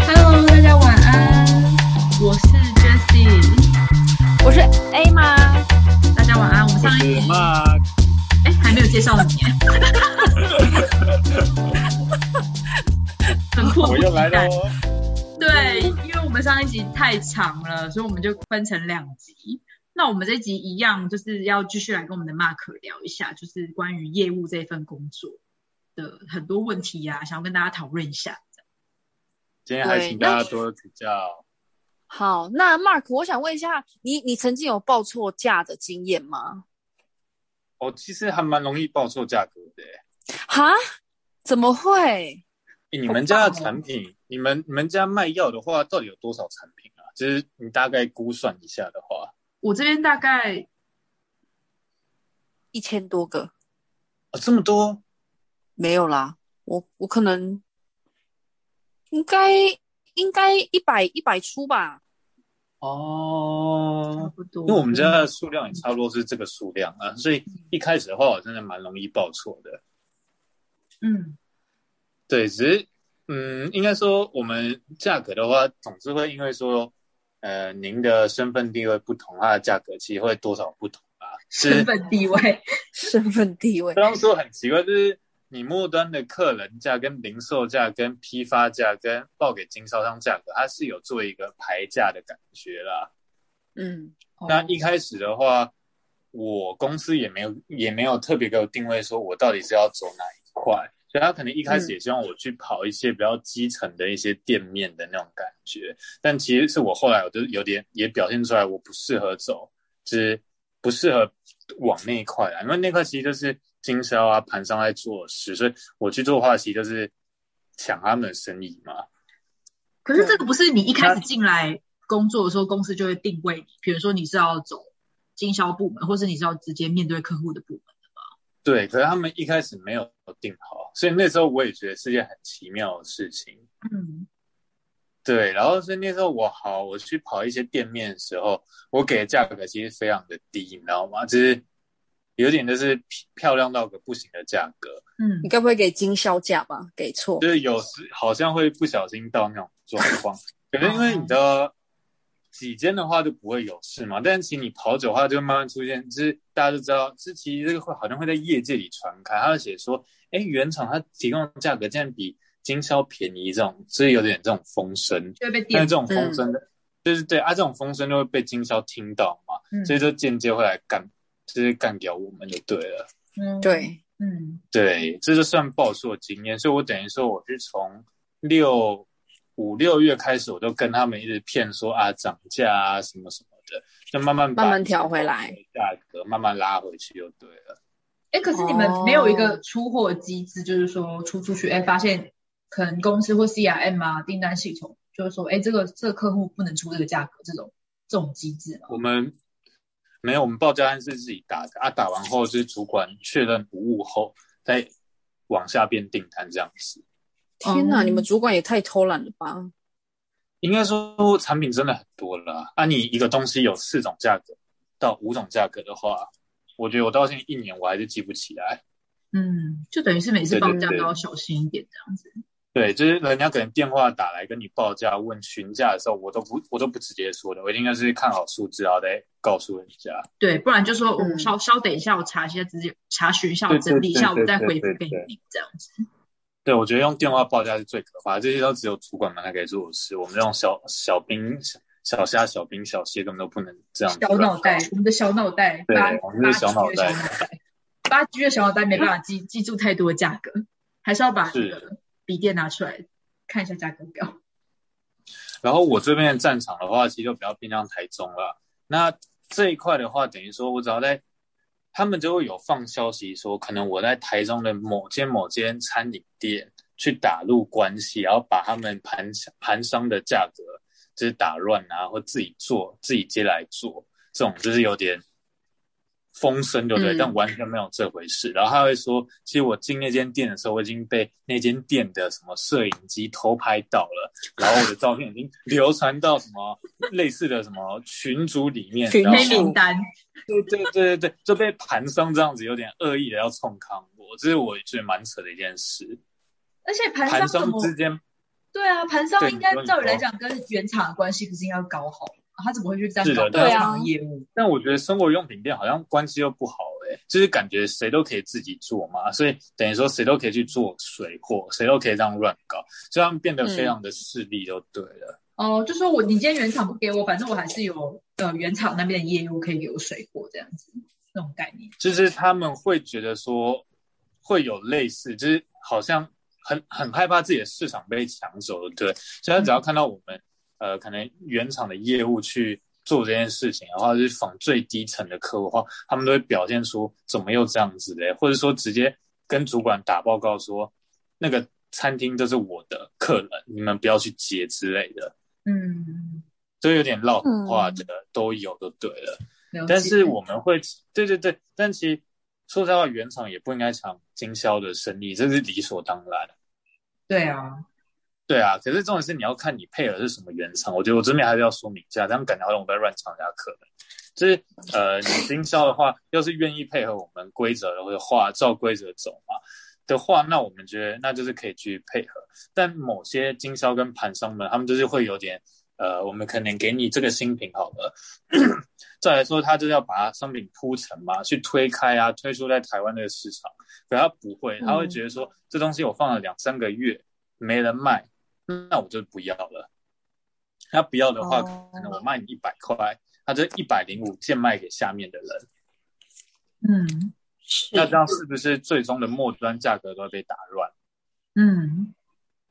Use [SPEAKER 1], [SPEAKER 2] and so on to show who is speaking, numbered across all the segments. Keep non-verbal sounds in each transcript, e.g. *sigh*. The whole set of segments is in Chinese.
[SPEAKER 1] Hello，大家晚安，我是 Jessie，
[SPEAKER 2] 我是 A 吗？
[SPEAKER 1] 大家晚安。我们上一
[SPEAKER 3] 是 Mark，
[SPEAKER 1] 哎还没有介绍
[SPEAKER 3] *laughs*
[SPEAKER 1] 你，很迫
[SPEAKER 3] 我
[SPEAKER 1] 不
[SPEAKER 3] 又
[SPEAKER 1] 及
[SPEAKER 3] 来哦
[SPEAKER 1] 待。
[SPEAKER 3] 喽。
[SPEAKER 1] 对，因为我们上一集太长了，所以我们就分成两集。那我们这一集一样，就是要继续来跟我们的 Mark 聊一下，就是关于业务这份工作的很多问题呀、想要跟大家讨论一下。
[SPEAKER 3] 今天还请大家多指教。
[SPEAKER 2] 好，那 Mark，我想问一下，你你曾经有报错价的经验吗？
[SPEAKER 3] 我、哦其实还蛮容易报错价格的耶。
[SPEAKER 2] 哈？怎么会？
[SPEAKER 3] 诶你们家的产品，你们你们家卖药的话，到底有多少产品啊？就是你大概估算一下的话，
[SPEAKER 1] 我这边大概
[SPEAKER 2] 一千多个？
[SPEAKER 3] 啊、这么多，
[SPEAKER 2] 没有啦，我我可能应该应该一百一百出吧。
[SPEAKER 1] 差
[SPEAKER 3] 哦，
[SPEAKER 1] 不多，
[SPEAKER 3] 因为我们家的数量也差不多是这个数量啊，所以一开始的话，我真的蛮容易报错的。
[SPEAKER 1] 嗯，
[SPEAKER 3] 对，只是嗯，应该说我们价格的话，总是会因为说，呃，您的身份地位不同，它的价格其实会多少不同吧。是
[SPEAKER 1] 身份地位，
[SPEAKER 2] 身份地位
[SPEAKER 3] 刚刚说很奇怪，就是你末端的客人价、跟零售价、跟批发价、跟报给经销商价格，它是有做一个排价的感觉啦。
[SPEAKER 2] 嗯，
[SPEAKER 1] 哦
[SPEAKER 3] 那一开始的话，我公司也没有也没有特别给我定位，说我到底是要走哪一块，所以他可能一开始也希望我去跑一些比较基层的一些店面的那种感觉，但其实是我后来我就有点也表现出来我不适合走，就是不适合往那一块啊，因为那块其实就是经销啊盘商在做的事，所以我去做的话其实就是抢他们的生意嘛。
[SPEAKER 1] 可是这个不是你一开始进来工作的时候，公司就会定位你，比如说你是要走经销部门，或是你是要直接面对客户的部门。
[SPEAKER 3] 对，可是他们一开始没有定好，所以那时候我也觉得是件很奇妙的事情。
[SPEAKER 1] 嗯，
[SPEAKER 3] 对，然后所以那时候我好，我去跑一些店面的时候，我给的价格其实非常的低，你知道吗？就是有点就是漂亮到个不行的价格，
[SPEAKER 1] 嗯
[SPEAKER 2] 你，该不会给经销价吧？给错
[SPEAKER 3] 就？是有时好像会不小心到那种状况。可能因为你的几间的话就不会有事嘛，但其实你跑久的话就会慢慢出现，就是大家就知道，这其实这个会好像会在业界里传开，他会写说，哎，原厂它提供的价格竟然比经销便宜，这种所以有点这种风声。
[SPEAKER 1] 就会被
[SPEAKER 3] 但
[SPEAKER 1] 电
[SPEAKER 3] 是这。种风声，就是对啊，这种风声就会被经销听到嘛，
[SPEAKER 1] 嗯
[SPEAKER 3] 所以就间接会来干，就是干掉我们就对了。
[SPEAKER 1] 嗯，
[SPEAKER 2] 对，
[SPEAKER 1] 嗯，
[SPEAKER 3] 对，这就算报数的经验，所以我等于说我是从六五六月开始，我都跟他们一直骗说啊涨价啊什么什么的，就慢慢把
[SPEAKER 2] 慢慢调回来
[SPEAKER 3] 价格，慢慢拉回去就对了。
[SPEAKER 1] 哎，可是你们没有一个出货机制，就是说出出去，哎，发现可能公司或 CRM 啊订单系统，就是说，哎，这个这个客户不能出这个价格，这种这种机制嘛。
[SPEAKER 3] 我们没有，我们报价单是自己打的啊，打完后就是主管确认无误后，再往下变订单这样子。
[SPEAKER 2] 天哪，
[SPEAKER 1] 嗯
[SPEAKER 2] 你们主管也太偷懒了吧？
[SPEAKER 3] 应该说产品真的很多了啊！啊你一个东西有四种价格到五种价格的话，我觉得我到现在一年我还是记不起来。
[SPEAKER 1] 嗯，就等于是每次
[SPEAKER 3] 对对
[SPEAKER 1] 报价都
[SPEAKER 3] 对
[SPEAKER 1] 要小心一点这样子。
[SPEAKER 3] 对，就是人家可能电话打来跟你报价问询价的时候，我都不我都不直接说的，我应该是看好数字然后再告诉人家。
[SPEAKER 1] 对，不然就说我
[SPEAKER 2] 嗯
[SPEAKER 1] 稍稍等一下，我查一下资料，查询一下，我
[SPEAKER 3] 对对
[SPEAKER 1] 整理一下，
[SPEAKER 3] 对
[SPEAKER 1] 我再
[SPEAKER 3] 对
[SPEAKER 1] 回复
[SPEAKER 3] 对
[SPEAKER 1] 给
[SPEAKER 3] 对
[SPEAKER 1] 你这样子。
[SPEAKER 3] 对，我觉得用电话报价是最可怕的，这些都只有主管们才可以做的事，我们这种小小兵、小小虾、小兵、小蟹根本都不能这样子
[SPEAKER 1] 小脑袋，我们的小脑袋，
[SPEAKER 3] 对
[SPEAKER 1] 八
[SPEAKER 3] 我们的
[SPEAKER 1] 八 G
[SPEAKER 3] 小脑
[SPEAKER 1] 的
[SPEAKER 3] 袋
[SPEAKER 1] 小脑袋，八 G 的小脑袋没办法记记住太多价格，还是要把那
[SPEAKER 3] 是
[SPEAKER 1] 个笔电拿出来看一下价格表。
[SPEAKER 3] 然后我这边的战场的话，其实就比较偏向台中了。那这一块的话，等于说我只要在，他们就会有放消息说，可能我在台中的某间某间餐饮店去打入关系，然后把他们盘盘商的价格就是打乱啊，或自己做自己接来做，这种就是有点风声，对不对？
[SPEAKER 2] 嗯
[SPEAKER 3] 但完全没有这回事。然后他会说，其实我进那间店的时候，我已经被那间店的什么摄影机偷拍到了，然后我的照片已经流传到什么类似的什么群组里面，
[SPEAKER 2] 群
[SPEAKER 3] 然
[SPEAKER 1] 黑
[SPEAKER 3] 后
[SPEAKER 1] 名单，
[SPEAKER 3] 对对对对对，就被盘商这样子有点恶意的要冲康我，这是我觉得蛮扯的一件事。
[SPEAKER 1] 而且盘
[SPEAKER 3] 盘
[SPEAKER 1] 商怎
[SPEAKER 3] 商
[SPEAKER 1] 么？
[SPEAKER 3] 之间
[SPEAKER 1] 对啊，盘商
[SPEAKER 3] 对
[SPEAKER 1] 应该
[SPEAKER 3] 你说你
[SPEAKER 1] 照理来
[SPEAKER 3] 说
[SPEAKER 1] 讲跟原厂的关系不是应该要搞好吗？他怎么会去这
[SPEAKER 3] 是
[SPEAKER 1] 样
[SPEAKER 3] 的
[SPEAKER 1] 搞
[SPEAKER 3] 对啊
[SPEAKER 1] 原厂的业务？
[SPEAKER 3] 但我觉得生活用品店好像关系又不好哎、就是感觉谁都可以自己做嘛，所以等于说谁都可以去做水货，谁都可以这样乱搞，这样变得
[SPEAKER 1] 嗯
[SPEAKER 3] 非常的势利就对了。
[SPEAKER 1] 哦，就说我你今天原厂不给我，反正我还是有呃原厂那边的业务可以给我水货这样子，那种概念。
[SPEAKER 3] 就是他们会觉得说会有类似，就是好像很很害怕自己的市场被抢走，对，所以他只要看到我们呃可能原厂的业务去。做这件事情的话，就是仿最低层的客户的话，他们都会表现出怎么又这样子嘞，或者说直接跟主管打报告说，那个餐厅都是我的客人，你们不要去接之类的，
[SPEAKER 1] 嗯，
[SPEAKER 3] 就有点绕口话的、都有就对了。
[SPEAKER 1] 了解
[SPEAKER 3] 但是我们会，对对对，但其实说实话，原厂也不应该抢经销的生意，这是理所当然。
[SPEAKER 1] 对啊，
[SPEAKER 3] 对啊，可是重点是你要看你配合是什么原厂。我觉得我这边还是要说明一下，这样感觉好像我在乱抢人家客人。就是呃，你经销的话，要是愿意配合我们规则的话，照规则走嘛的话，那我们觉得那就是可以去配合。但某些经销跟盘商们，他们就是会有点呃，我们可能给你这个新品好了， *coughs* 再来说他就是要把商品铺陈嘛，去推开啊，推出在台湾这个市场。可他不会，他会觉得说、这东西我放了两三个月没人卖，那我就不要了。他不要的话，
[SPEAKER 2] 哦
[SPEAKER 3] 可能我卖你一百块，他这一百零五贱卖给下面的人，
[SPEAKER 1] 嗯
[SPEAKER 2] 是
[SPEAKER 3] 那这样是不是最终的末端价格都会被打乱？
[SPEAKER 1] 嗯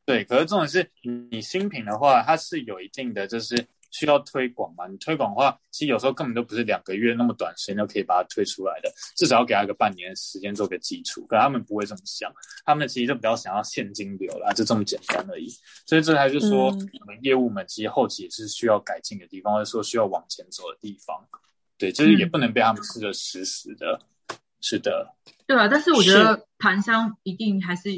[SPEAKER 3] 对，可是重点是你新品的话，它是有一定的就是需要推广嘛。你推广的话，其实有时候根本就不是两个月那么短时间就可以把它推出来的，至少要给它个半年的时间做个基础。可他们不会这么想，他们其实就比较想要现金流啦，就这么简单而已。所以这才是说，
[SPEAKER 2] 嗯
[SPEAKER 3] 我们业务们其实后期也是需要改进的地方，或者说需要往前走的地方。对，就是
[SPEAKER 1] 嗯
[SPEAKER 3] 也不能被他们吃的死死的。是的，
[SPEAKER 1] 对啊，但是我觉得盘商一定还是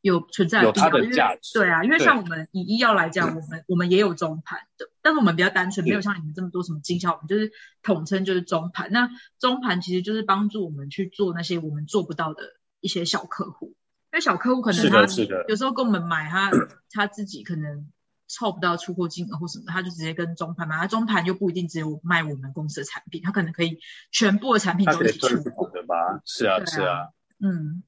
[SPEAKER 1] 有存在
[SPEAKER 3] 有
[SPEAKER 1] 必要
[SPEAKER 3] 它的
[SPEAKER 1] 因为
[SPEAKER 3] 价值
[SPEAKER 1] 对啊，因为
[SPEAKER 3] 对嗯
[SPEAKER 1] 像我们以医药来讲，我们我们也有中盘的，但是我们比较单纯，没有像你们这么多什么经销，我们就是统称就是中盘。那中盘其实就是帮助我们去做那些我们做不到的一些小客户，因为小客户可能
[SPEAKER 3] 是
[SPEAKER 1] 他
[SPEAKER 3] 的，是的，
[SPEAKER 1] 有时候跟我们买他他自己可能凑不到出货金额或什么，他就直接跟中盘买，他中盘又不一定只有卖我们公司的产品，他可能可以全部的产品
[SPEAKER 3] 它
[SPEAKER 1] 都
[SPEAKER 3] 可
[SPEAKER 1] 一
[SPEAKER 3] 以
[SPEAKER 1] 起
[SPEAKER 3] 推
[SPEAKER 1] 出
[SPEAKER 3] 广
[SPEAKER 1] 货。
[SPEAKER 3] 的吧？是啊，
[SPEAKER 1] 对啊
[SPEAKER 3] 是啊。
[SPEAKER 1] 嗯，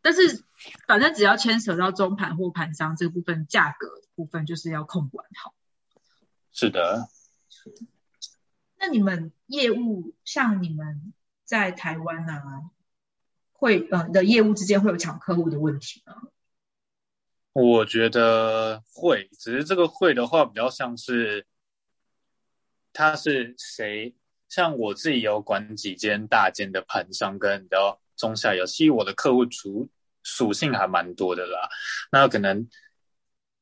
[SPEAKER 1] 但是反正只要牵扯到中盘或盘商这个部分，价格部分就是要控管好。
[SPEAKER 3] 是的，
[SPEAKER 1] 那你们业务像你们在台湾啊，会呃的业务之间会有抢客户的问题吗？
[SPEAKER 3] 我觉得会，只是这个会的话比较像是，他是谁？像我自己有管几间大间的盘商跟比较中下游，其实我的客户属属性还蛮多的啦。那可能，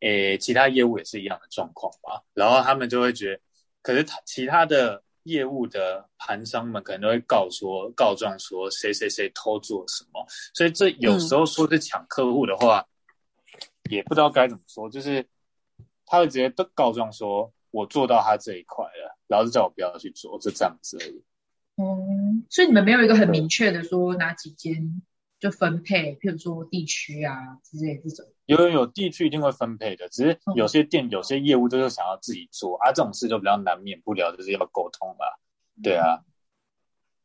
[SPEAKER 3] 诶，其他业务也是一样的状况吧。然后他们就会觉得，可是他其他的业务的盘商们可能都会告说告状说谁谁谁偷做什么，所以这有时候说是抢客户的话。也不知道该怎么说，就是他会直接都告状说，我做到他这一块了，然后就叫我不要去做，就这样子而已。
[SPEAKER 1] 嗯，所以你们没有一个很明确的说哪几间就分配，譬如说地区啊之类这种。
[SPEAKER 3] 有有有地区一定会分配的，只是
[SPEAKER 1] 嗯
[SPEAKER 3] 有些店、有些业务就是想要自己做啊，这种事就比较难免不了，就是要沟通啦。
[SPEAKER 1] 嗯
[SPEAKER 3] 对啊，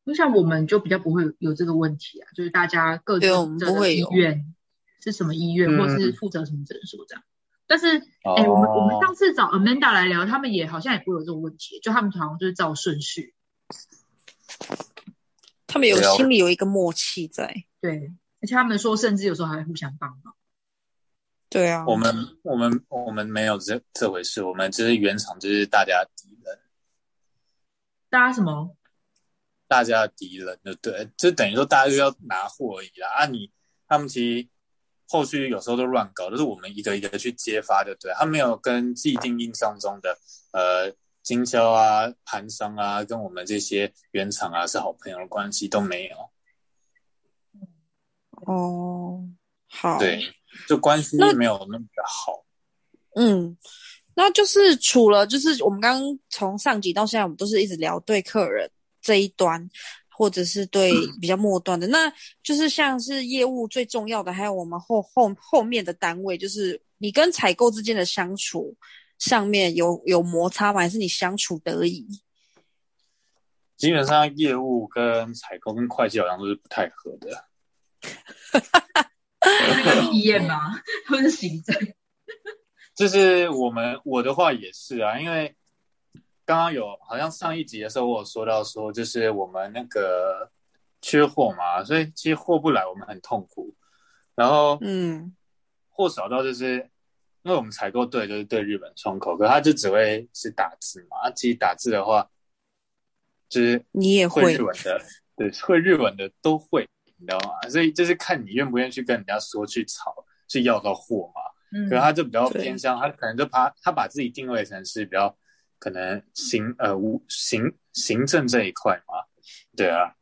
[SPEAKER 1] 就像我们就比较不会有这个问题啊，就是大家各自
[SPEAKER 2] 对我们
[SPEAKER 1] 负责
[SPEAKER 2] 不
[SPEAKER 1] 的
[SPEAKER 2] 会
[SPEAKER 1] 医
[SPEAKER 2] 有
[SPEAKER 1] 院是什么医院，
[SPEAKER 3] 嗯
[SPEAKER 1] 或是负责什么诊所这样。但是，
[SPEAKER 3] 哦
[SPEAKER 1] 哎、我们我们上次找 Amanda 来聊，他们也好像也不会有这种问题，就他们好像就是照顺序，
[SPEAKER 2] 他们有
[SPEAKER 3] 对啊
[SPEAKER 2] 心里有一个默契在。
[SPEAKER 1] 对，而且他们说甚至有时候还会互相帮忙。
[SPEAKER 2] 对啊，
[SPEAKER 3] 我们我们我们没有这这回事，我们就是原厂就是大家的敌人，
[SPEAKER 1] 大家什么？
[SPEAKER 3] 大家的敌人，对不对？就等于说大家就要拿货而已啦。啊你，他们其实后续有时候都乱搞，就是我们一个一个去揭发，对不对？他没有跟既定印象中的呃经销啊、盘商啊，跟我们这些原厂啊是好朋友的关系都没有。
[SPEAKER 2] 哦，好，
[SPEAKER 1] 哦
[SPEAKER 3] 对，就关系
[SPEAKER 2] 那
[SPEAKER 3] 没有那么的好。
[SPEAKER 2] 嗯，那就是除了就是我们刚刚从上集到现在，我们都是一直聊对客人这一端，或者是对
[SPEAKER 3] 嗯
[SPEAKER 2] 比较末端的，那就是像是业务最重要的，还有我们后后后面的单位，就是你跟采购之间的相处上面有有摩擦吗？还是你相处得宜？
[SPEAKER 3] 基本上业务跟采购跟会计好像都是不太合的。
[SPEAKER 1] 是医院吗？ *laughs* 或是行政？
[SPEAKER 3] 就是我们我的话也是啊，因为刚刚有好像上一集的时候我有说到说，就是我们那个缺货嘛，所以其实货不来我们很痛苦，然后
[SPEAKER 2] 嗯，
[SPEAKER 3] 货少到就是因为我们采购队就是对日本窗口，可他就只会是打字嘛，啊其实打字的话就是
[SPEAKER 2] 你也
[SPEAKER 3] 会
[SPEAKER 2] 会
[SPEAKER 3] 日，文的，对，会日文的都会，你知道吗？所以就是看你愿不愿意去跟人家说去吵去要到货嘛。
[SPEAKER 1] 嗯
[SPEAKER 3] 可能他就比较
[SPEAKER 2] 对
[SPEAKER 3] 偏向，他可能就把他把自己定位成是比较可能行呃无行行政这一块嘛，对啊，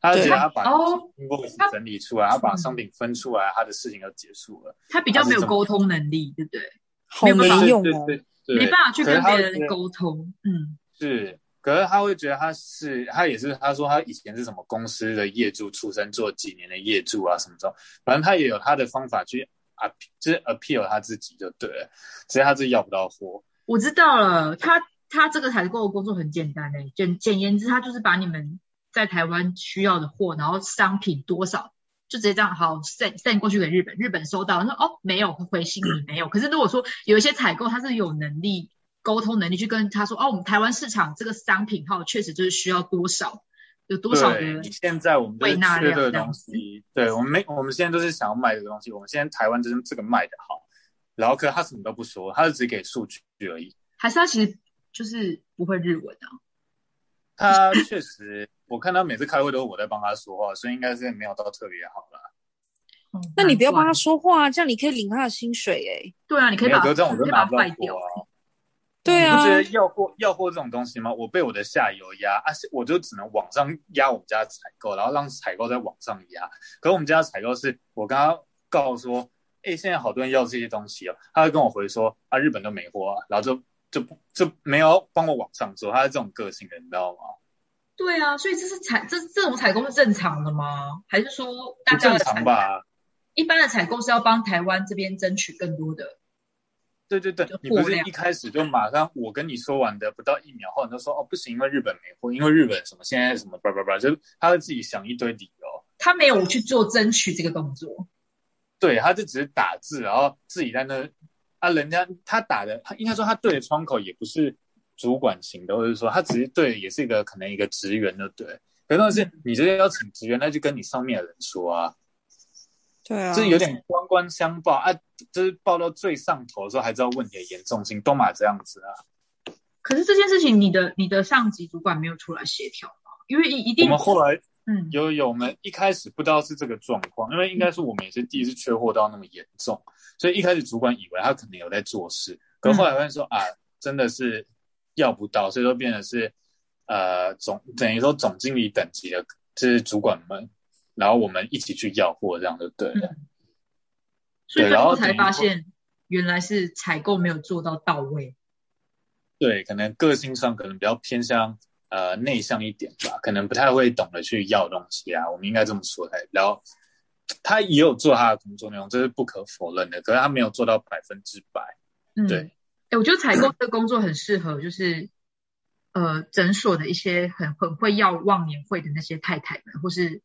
[SPEAKER 3] 他就觉得他把
[SPEAKER 1] 哦
[SPEAKER 3] invoice 整理出来，他把商品分出来，他的事情就结束了，
[SPEAKER 1] 他比较没有沟通能力，对不对？
[SPEAKER 2] 好
[SPEAKER 1] 没
[SPEAKER 2] 没
[SPEAKER 1] 办法
[SPEAKER 2] 用
[SPEAKER 3] 对
[SPEAKER 2] 哦。
[SPEAKER 3] 对对，
[SPEAKER 1] 没办法去跟别
[SPEAKER 3] 可是他
[SPEAKER 1] 人沟通，嗯，
[SPEAKER 3] 是，可是他会觉得他是他也是他说他以前是什么公司的业助出身，做几年的业助啊什么的，反正他也有他的方法去啊，就是 appeal 他自己就对了，只是他自己要不到货。
[SPEAKER 1] 我知道了，他他这个采购的工作很简单诶、简简言之，他就是把你们在台湾需要的货，然后商品多少，就直接这样好 send send 过去给日本，日本收到，那哦没有回信你没有。可是如果说有一些采购他是有能力沟通能力去跟他说，哦我们台湾市场这个商品号确实就是需要多少，有多少的
[SPEAKER 3] 对，你现在我们就是
[SPEAKER 1] 喂纳
[SPEAKER 3] 缺
[SPEAKER 1] 量
[SPEAKER 3] 这个
[SPEAKER 1] 这样
[SPEAKER 3] 东
[SPEAKER 1] 子
[SPEAKER 3] 西，对我们没，我们现在都是想要卖这个东西，我们现在台湾就是这个卖的好，然后可是他什么都不说，他就只给数据而已。
[SPEAKER 1] 还是他其实就是不会日文啊？
[SPEAKER 3] 他确实，我看他每次开会都是我在帮他说话，所以应该是没有到特别好啦。
[SPEAKER 1] 哦
[SPEAKER 2] 那你不要
[SPEAKER 1] 难怪
[SPEAKER 2] 帮他说话啊，这样你可以领他的薪水欸诶、
[SPEAKER 1] 对啊，你可以
[SPEAKER 3] 没有
[SPEAKER 1] 把
[SPEAKER 3] 可是这样我
[SPEAKER 1] 你
[SPEAKER 3] 就
[SPEAKER 1] 可以
[SPEAKER 3] 拿
[SPEAKER 1] 把
[SPEAKER 3] 不
[SPEAKER 1] 它
[SPEAKER 3] 到
[SPEAKER 1] 坏掉
[SPEAKER 3] 货。啊。
[SPEAKER 2] 对
[SPEAKER 3] 你不
[SPEAKER 2] 啊
[SPEAKER 3] 觉，得要货要货这种东西吗？我被我的下游压啊，是我就只能往上压我们家的采购，然后让采购再往上压。可我们家的采购是我刚刚告诉说，哎、现在好多人要这些东西哦，他就跟我回说啊，日本都没货啊，然后就就不就没有帮我往上做，他是这种个性的，你知道吗？
[SPEAKER 1] 对啊，所以这是采这这种采购是正常的吗？还是说大
[SPEAKER 3] 不
[SPEAKER 1] 家的
[SPEAKER 3] 正
[SPEAKER 1] 采
[SPEAKER 3] 常？吧？
[SPEAKER 1] 一般的采购是要帮台湾这边争取更多的，
[SPEAKER 3] 对对对
[SPEAKER 1] 就，
[SPEAKER 3] 你不
[SPEAKER 1] 货
[SPEAKER 3] 是
[SPEAKER 1] 量
[SPEAKER 3] 一开始就马上我跟你说完的，不到一秒后你就说哦不行，因为日本没货，因为日本什么现在什么叭叭叭，就是他会自己想一堆理由。
[SPEAKER 1] 他没有去做争取这个动作。
[SPEAKER 3] 对，他就只是打字，然后自己在那，啊，人家他打的，他应该说他对的窗口也不是主管型的，或者说他只是对的也是一个可能一个职员的对。可是但是
[SPEAKER 1] 嗯
[SPEAKER 3] 你这些要请职员，那就跟你上面的人说啊，
[SPEAKER 2] 对啊，
[SPEAKER 3] 就是有点官官相报啊，就是报到最上头的时候还知道问题的严重性，都嘛这样子啊。
[SPEAKER 1] 可是这件事情，你的你的上级主管没有出来协调吗？因为一一
[SPEAKER 3] 我
[SPEAKER 1] 定
[SPEAKER 3] 们后来
[SPEAKER 1] 嗯，
[SPEAKER 3] 有有，我们一开始不知道是这个状况，因为应该是我们也是第一次缺货到那么严重，所以一开始主管以为他可能有在做事，可后来发现说啊，真的是要不到，所以说变得是呃总等于说总经理等级的，就是主管们，然后我们一起去要货，这样就对了。
[SPEAKER 1] 所以最
[SPEAKER 3] 对然
[SPEAKER 1] 后
[SPEAKER 3] 后
[SPEAKER 1] 才
[SPEAKER 3] 等于
[SPEAKER 1] 发
[SPEAKER 3] 说
[SPEAKER 1] 现原来是采购没有做到到位。
[SPEAKER 3] 对，可能个性上可能比较偏向呃内向一点吧，可能不太会懂得去要东西啊，我们应该这么说才。然后他也有做他的工作内容，这是不可否认的，可是他没有做到百分之百。
[SPEAKER 1] 嗯，
[SPEAKER 3] 对。
[SPEAKER 1] 哎，我觉得采购这个工作很适合，就是呃，诊所的一些很很会要忘年会的那些太太们，或是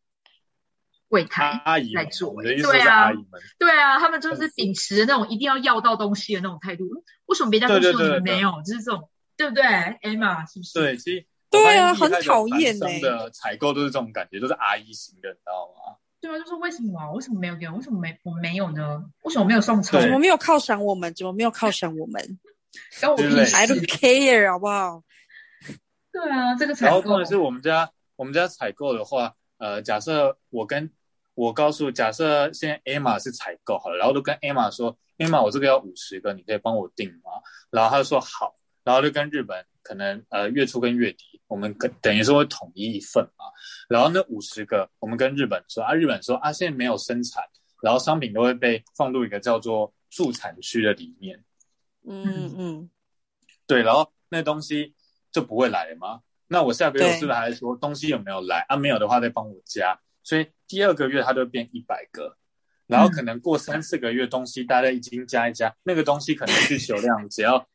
[SPEAKER 1] 柜台。
[SPEAKER 3] 阿姨们
[SPEAKER 1] 来做
[SPEAKER 3] 我的意思
[SPEAKER 1] 对
[SPEAKER 3] 是
[SPEAKER 1] 啊
[SPEAKER 3] 阿姨们，
[SPEAKER 1] 对啊，他们就是秉持着那种一定要要到东西的那种态度。为什么别家
[SPEAKER 3] 对
[SPEAKER 1] 公司
[SPEAKER 3] 对
[SPEAKER 1] 说你
[SPEAKER 3] 对
[SPEAKER 1] 们
[SPEAKER 3] 对
[SPEAKER 1] 没有？就是这种，对不对？Emma 是不是？
[SPEAKER 3] 对，其实
[SPEAKER 2] 对啊
[SPEAKER 3] 我发现厉害的
[SPEAKER 2] 很讨厌欸
[SPEAKER 3] 男生的采购都是这种感觉，都是阿姨型的，你知道吗？
[SPEAKER 1] 对啊，就是为什么啊？为什么没有给我？为什么没我没有呢？为什么没有送酬？
[SPEAKER 3] 对
[SPEAKER 2] 怎么没有犒赏我们？怎么没有犒赏我们
[SPEAKER 1] 关我屁
[SPEAKER 3] 之类
[SPEAKER 1] 事
[SPEAKER 2] ？I don't care，好不好？
[SPEAKER 1] 对啊，这个 *laughs* 采
[SPEAKER 3] 然后
[SPEAKER 1] 购
[SPEAKER 3] 或者是我们家我们家采购的话，呃，假设我跟我告诉，假设现在 Emma 是采购好了，然后就跟 Emma 说，Emma 我这个要五十个，你可以帮我订吗？然后他就说好，然后就跟日本可能呃月初跟月底，我们跟等于说会统一一份嘛。然后那五十个，我们跟日本说啊，日本说啊现在没有生产，然后商品都会被放入一个叫做助产区的里面。
[SPEAKER 2] 嗯嗯，
[SPEAKER 3] 对，然后那东西就不会来了吗？那我下个月是不是还说东西有没有来啊？没有的话再帮我加，所以第二个月它就变一百个，然后可能过三四个月东西大家已经加一加，那个东西可能需求量只要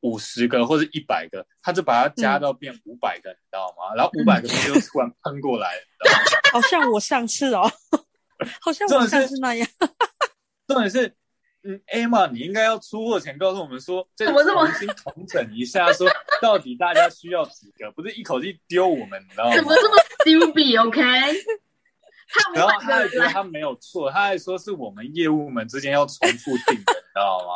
[SPEAKER 3] 五十个或者一百个，他就把它加到变五百个，你知道吗？然后五百个东西就突然喷过来，你知道吗？
[SPEAKER 2] 好像我上次哦， *laughs* 好像我上次那样。
[SPEAKER 3] 重点是，嗯，A 嘛，你应该要出货前告诉我们说，再
[SPEAKER 1] 怎么这么
[SPEAKER 3] 重新统整一下，说到底大家需要几个，不是一口气丢我们，你知道吗？
[SPEAKER 1] 怎么这么
[SPEAKER 3] *laughs*
[SPEAKER 1] stupid？OK，他
[SPEAKER 3] 然
[SPEAKER 1] 五
[SPEAKER 3] 后
[SPEAKER 1] 百
[SPEAKER 3] 他还觉
[SPEAKER 1] 个
[SPEAKER 3] 得
[SPEAKER 1] 来
[SPEAKER 3] 他没有错，他还说是我们业务们之间要重复定的，你知道吗？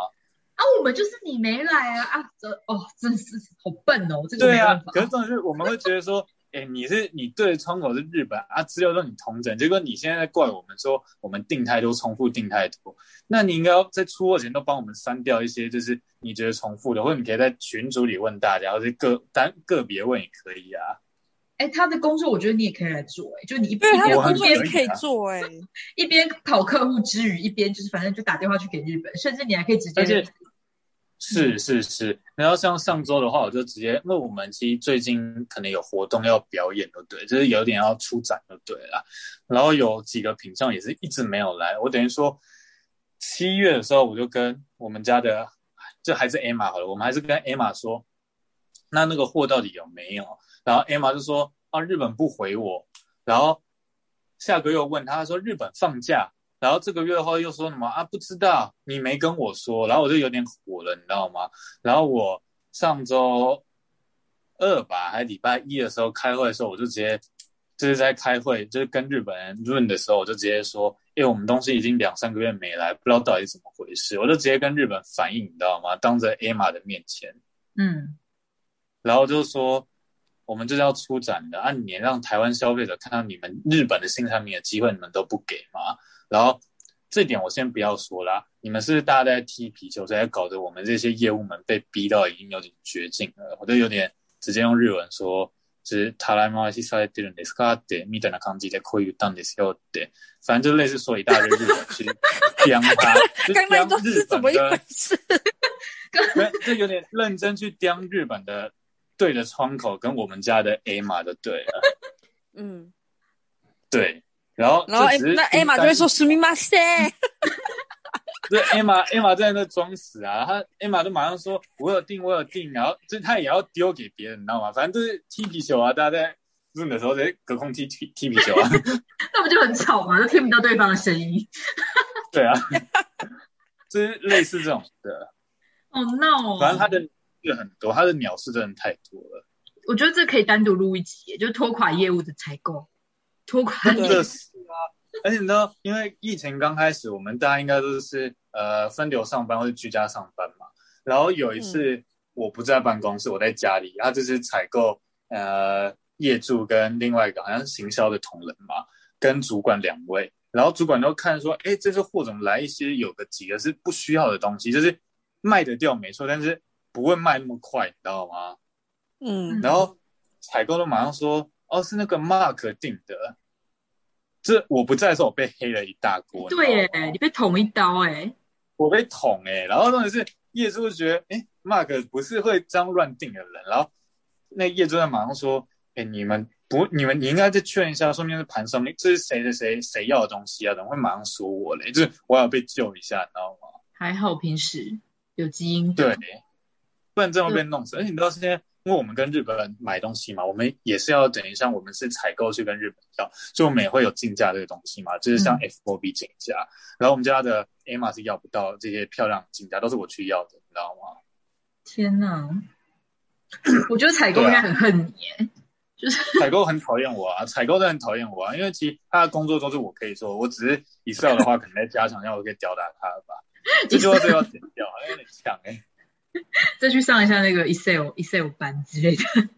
[SPEAKER 1] 啊，我们就是你没来啊啊！这哦，真是好笨哦，这个
[SPEAKER 3] 对
[SPEAKER 1] 没
[SPEAKER 3] 啊
[SPEAKER 1] 办，法
[SPEAKER 3] 可是重点是我们会觉得说，哎，你是你对的窗口是日本啊，资料让你同整，结果你现在在怪我们说我们定太多，重复定太多，那你应该要在出货前都帮我们删掉一些，就是你觉得重复的，或者你可以在群组里问大家，或者个单个别问也可以啊。
[SPEAKER 1] 哎、他的工作我觉得你也可以来做、哎，就你一
[SPEAKER 2] 对，
[SPEAKER 1] 边
[SPEAKER 2] 他的
[SPEAKER 3] 我很
[SPEAKER 2] 工作也
[SPEAKER 3] 可以
[SPEAKER 2] 可以
[SPEAKER 3] 啊
[SPEAKER 2] 做哎、
[SPEAKER 1] 一边跑客户之余，一边就是反正就打电话去给日本，甚至你还可以直接嗯
[SPEAKER 3] 而且是是是，然后像上周的话，我就直接，因为我们其实最近可能有活动要表演，就对，就是有点要出展，就对了。然后有几个品相也是一直没有来，我等于说七月的时候，我就跟我们家的，就还是 Emma 好了，我们还是跟 Emma 说，那那个货到底有没有？然后 Emma 就说啊，日本不回我，然后下个月又问他说日本放假，然后这个月后又说什么啊不知道，你没跟我说，然后我就有点火了，你知道吗？然后我上周二吧，还礼拜一的时候开会的时候，我就直接就是在开会，就是跟日本人论的时候，我就直接说，因为我们东西已经两三个月没来，不知道到底怎么回事，我就直接跟日本反映，你知道吗？当着 Emma 的面前。
[SPEAKER 1] 嗯，
[SPEAKER 3] 然后就说我们就是要出展的，啊，你连让台湾消费者看到你们日本的新产品的机会，你们都不给吗？然后这点我先不要说啦，你们是不是大家在踢皮球，所以才搞得我们这些业务们被逼到已经有点绝境了。我就有点直接用日文说。就是たらい回しされてるんですかってみたいな感じでこう言ったんですよって，反正就类似说一大堆日文去刁
[SPEAKER 2] *laughs*
[SPEAKER 3] 他，就是
[SPEAKER 2] 刚
[SPEAKER 3] 刁
[SPEAKER 2] 刚都
[SPEAKER 3] 日
[SPEAKER 2] 是怎
[SPEAKER 3] 本
[SPEAKER 2] 么一
[SPEAKER 3] 跟
[SPEAKER 2] 回事？
[SPEAKER 3] 那这有点认真去刁日本的对的窗口跟我们家的 A 码的对了，
[SPEAKER 2] 嗯，
[SPEAKER 3] 对。然后
[SPEAKER 2] 然后哎
[SPEAKER 3] 这只是
[SPEAKER 2] 那 A 玛就会说“すみません
[SPEAKER 3] 对 A 码 A 码在那装死啊，他 A 码就马上说我有订我有订，然后这他也要丢给别人，你知道吗？反正就是踢皮球啊，大家在润的时候在隔空踢踢踢皮球啊， *laughs*
[SPEAKER 1] 那不就很吵嘛，就听不到对方的声音。
[SPEAKER 3] 对啊， *laughs* 就是类似这种的。
[SPEAKER 1] 哦、no！
[SPEAKER 3] 反正他的
[SPEAKER 2] 嗯
[SPEAKER 3] 是很多，他的鸟事真的太多了，
[SPEAKER 1] 我觉得这可以单独录一集，就拖垮业务的采购，拖垮 *laughs*
[SPEAKER 2] 真
[SPEAKER 3] 真
[SPEAKER 1] 业
[SPEAKER 3] 的
[SPEAKER 1] 务。
[SPEAKER 3] 是啊，而且你知道，因为疫情刚开始，我们大家应该都是呃分流上班或者居家上班嘛。然后有一次我不在办公室，我在家里，他就是采购呃业主跟另外一个好像是行销的同仁嘛，跟主管两位。然后主管都看说，哎，这次货怎么来一些有个几个是不需要的东西，就是卖得掉没错，但是不会卖那么快，你知道吗？”。
[SPEAKER 2] 嗯，
[SPEAKER 3] 然后采购的马上说：“哦，是那个 Mark 定的。”这我不在的时候，我被黑了一大锅。
[SPEAKER 1] 对
[SPEAKER 3] 你知
[SPEAKER 1] 耶
[SPEAKER 3] 道吗，
[SPEAKER 1] 你被捅一刀哎、
[SPEAKER 3] 我被捅哎、然后重点是业主就觉得，哎，Mark 不是会这样乱定的人。然后那业主在马上说：“哎，你们不，你们你应该再确认一下，说不定是盘上面这是谁谁谁谁要的东西啊？怎么会马上说我嘞？就是我要被救一下，你知道吗？”
[SPEAKER 1] 还好平时有基因的
[SPEAKER 3] 对，不然真的会被弄死。而且你知道现在，因为我们跟日本人买东西嘛，我们也是要等于像我们是采购去跟日本要，所以我们也会有竞价这个东西嘛，就是像 FOB 竞价。然后我们家的 A 玛是要不到这些漂亮的竞价，都是我去要的，你知道吗？
[SPEAKER 1] 天哪！我觉得采
[SPEAKER 3] 啊
[SPEAKER 1] 购应该很恨你耶，
[SPEAKER 3] 采购很讨厌我啊，采购真的很讨厌我啊，因为其实他的工作都是我可以做，我只是 Excel 的话，可能再加强一下，我可以吊打他吧。这句话是要剪掉，好像有点呛哎、
[SPEAKER 1] 再去上一下那个 Excel Excel 班之类的。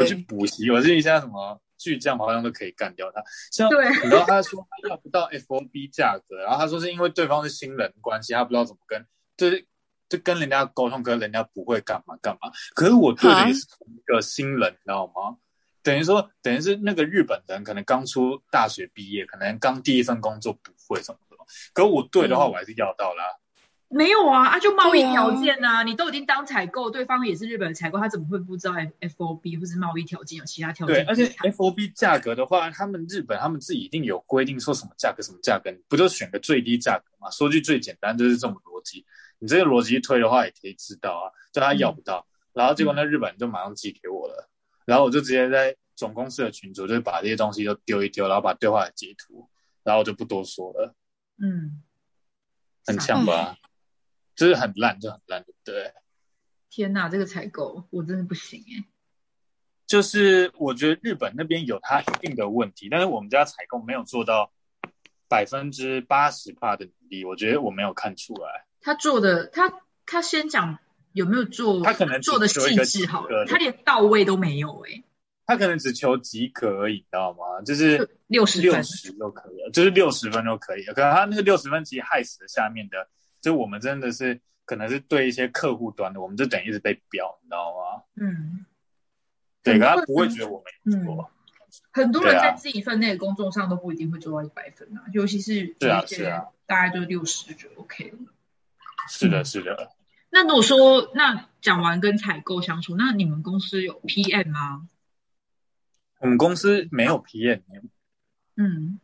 [SPEAKER 3] 我去
[SPEAKER 2] 对，
[SPEAKER 3] 补习，我记一下什么巨匠好像都可以干掉他。像
[SPEAKER 1] 对
[SPEAKER 3] 你知道他说他要不到 FOB 价格，然后他说是因为对方是新人关系，他不知道怎么跟，就是就跟人家沟通，可是人家不会干嘛干嘛。可是我对的也是同一个新人，你知道吗？等于说，等于是那个日本人可能刚出大学毕业，可能刚第一份工作不会什么什么，可我对的话
[SPEAKER 2] 嗯
[SPEAKER 3] 我还是要到啦。
[SPEAKER 1] 没有啊，啊就贸易
[SPEAKER 2] 对啊
[SPEAKER 1] 条件啊，你都已经当采购，对方也是日本的采购，他怎么会不知道 F O B 或是贸易条件有其他条
[SPEAKER 3] 对，
[SPEAKER 1] 件？
[SPEAKER 3] 而且哎 FOB 价格的话，他们日本他们自己一定有规定，说什么价格什么价格，你不就选个最低价格嘛？说句最简单，就是这种逻辑。你这个逻辑一推的话，也可以知道啊，就他要不到，
[SPEAKER 1] 嗯
[SPEAKER 3] 然后结果那日本人就马上寄给我了，然后我就直接在总公司的群组，就是把这些东西都丢一丢，然后把对话的截图，然后我就不多说了，
[SPEAKER 1] 嗯，
[SPEAKER 3] 很
[SPEAKER 1] 傻
[SPEAKER 3] 像吧？就是很烂，就很烂，对不对？
[SPEAKER 1] 天哪，这个采购我真的不行哎、
[SPEAKER 3] 就是我觉得日本那边有它一定的问题，但是我们家采购没有做到百分之八十帕的努力，我觉得我没有看出来。
[SPEAKER 1] 他做的他他先讲有没有做，
[SPEAKER 3] 他可能只
[SPEAKER 1] 做的
[SPEAKER 3] 做一
[SPEAKER 1] 细
[SPEAKER 3] 个
[SPEAKER 1] 致好
[SPEAKER 3] 几个
[SPEAKER 1] 了，他连到位都没有哎、
[SPEAKER 3] 他可能只求及格而已，你知道吗？就是
[SPEAKER 1] 就六十
[SPEAKER 3] 六
[SPEAKER 1] 分，
[SPEAKER 3] 十就可以了，就是六十分就可以了。可能他那个六十分其实害死了下面的，就我们真的是可能是对一些客户端的，我们就等于一直被标，你知道吗？
[SPEAKER 1] 嗯，
[SPEAKER 3] 对，
[SPEAKER 1] 很
[SPEAKER 3] 可
[SPEAKER 1] 多
[SPEAKER 3] 他不会
[SPEAKER 1] 人
[SPEAKER 3] 觉得我们有
[SPEAKER 1] 嗯
[SPEAKER 3] 错。
[SPEAKER 1] 很多人
[SPEAKER 3] 对啊
[SPEAKER 1] 在自己份内的工作上都不一定会做到一百分啊，尤其是
[SPEAKER 3] 是啊
[SPEAKER 1] 有一些
[SPEAKER 3] 是啊
[SPEAKER 1] 大概就六十就 OK 了。
[SPEAKER 3] 是的，是的。
[SPEAKER 1] 那如果说那讲完跟采购相处，那你们公司有 PM 吗？
[SPEAKER 3] 我们公司没有 PM，
[SPEAKER 1] 嗯，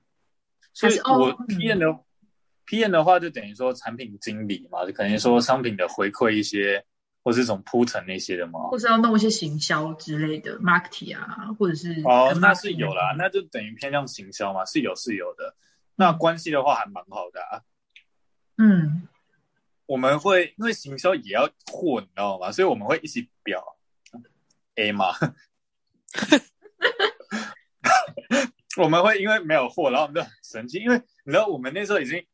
[SPEAKER 3] 所以
[SPEAKER 1] 还是哦
[SPEAKER 3] 我
[SPEAKER 1] 嗯
[SPEAKER 3] PM 的、PM 的话，就等于说产品经理嘛，就可能说商品的回馈一些，或是这种铺陈那些的嘛。
[SPEAKER 1] 或是要弄一些行销之类的 marketing 啊，或者是
[SPEAKER 3] 哦，
[SPEAKER 1] 跟
[SPEAKER 3] 那
[SPEAKER 1] marketing
[SPEAKER 3] 是有啦，那就等于偏向行销嘛，是有是有的。那关系的话还蛮好的啊，
[SPEAKER 1] 嗯
[SPEAKER 3] 我们会因为行销也要货，你知道吗？所以我们会一起表 A 嘛。我们会因为没有货，然后我们就很生气，因为你知道我们那时候已经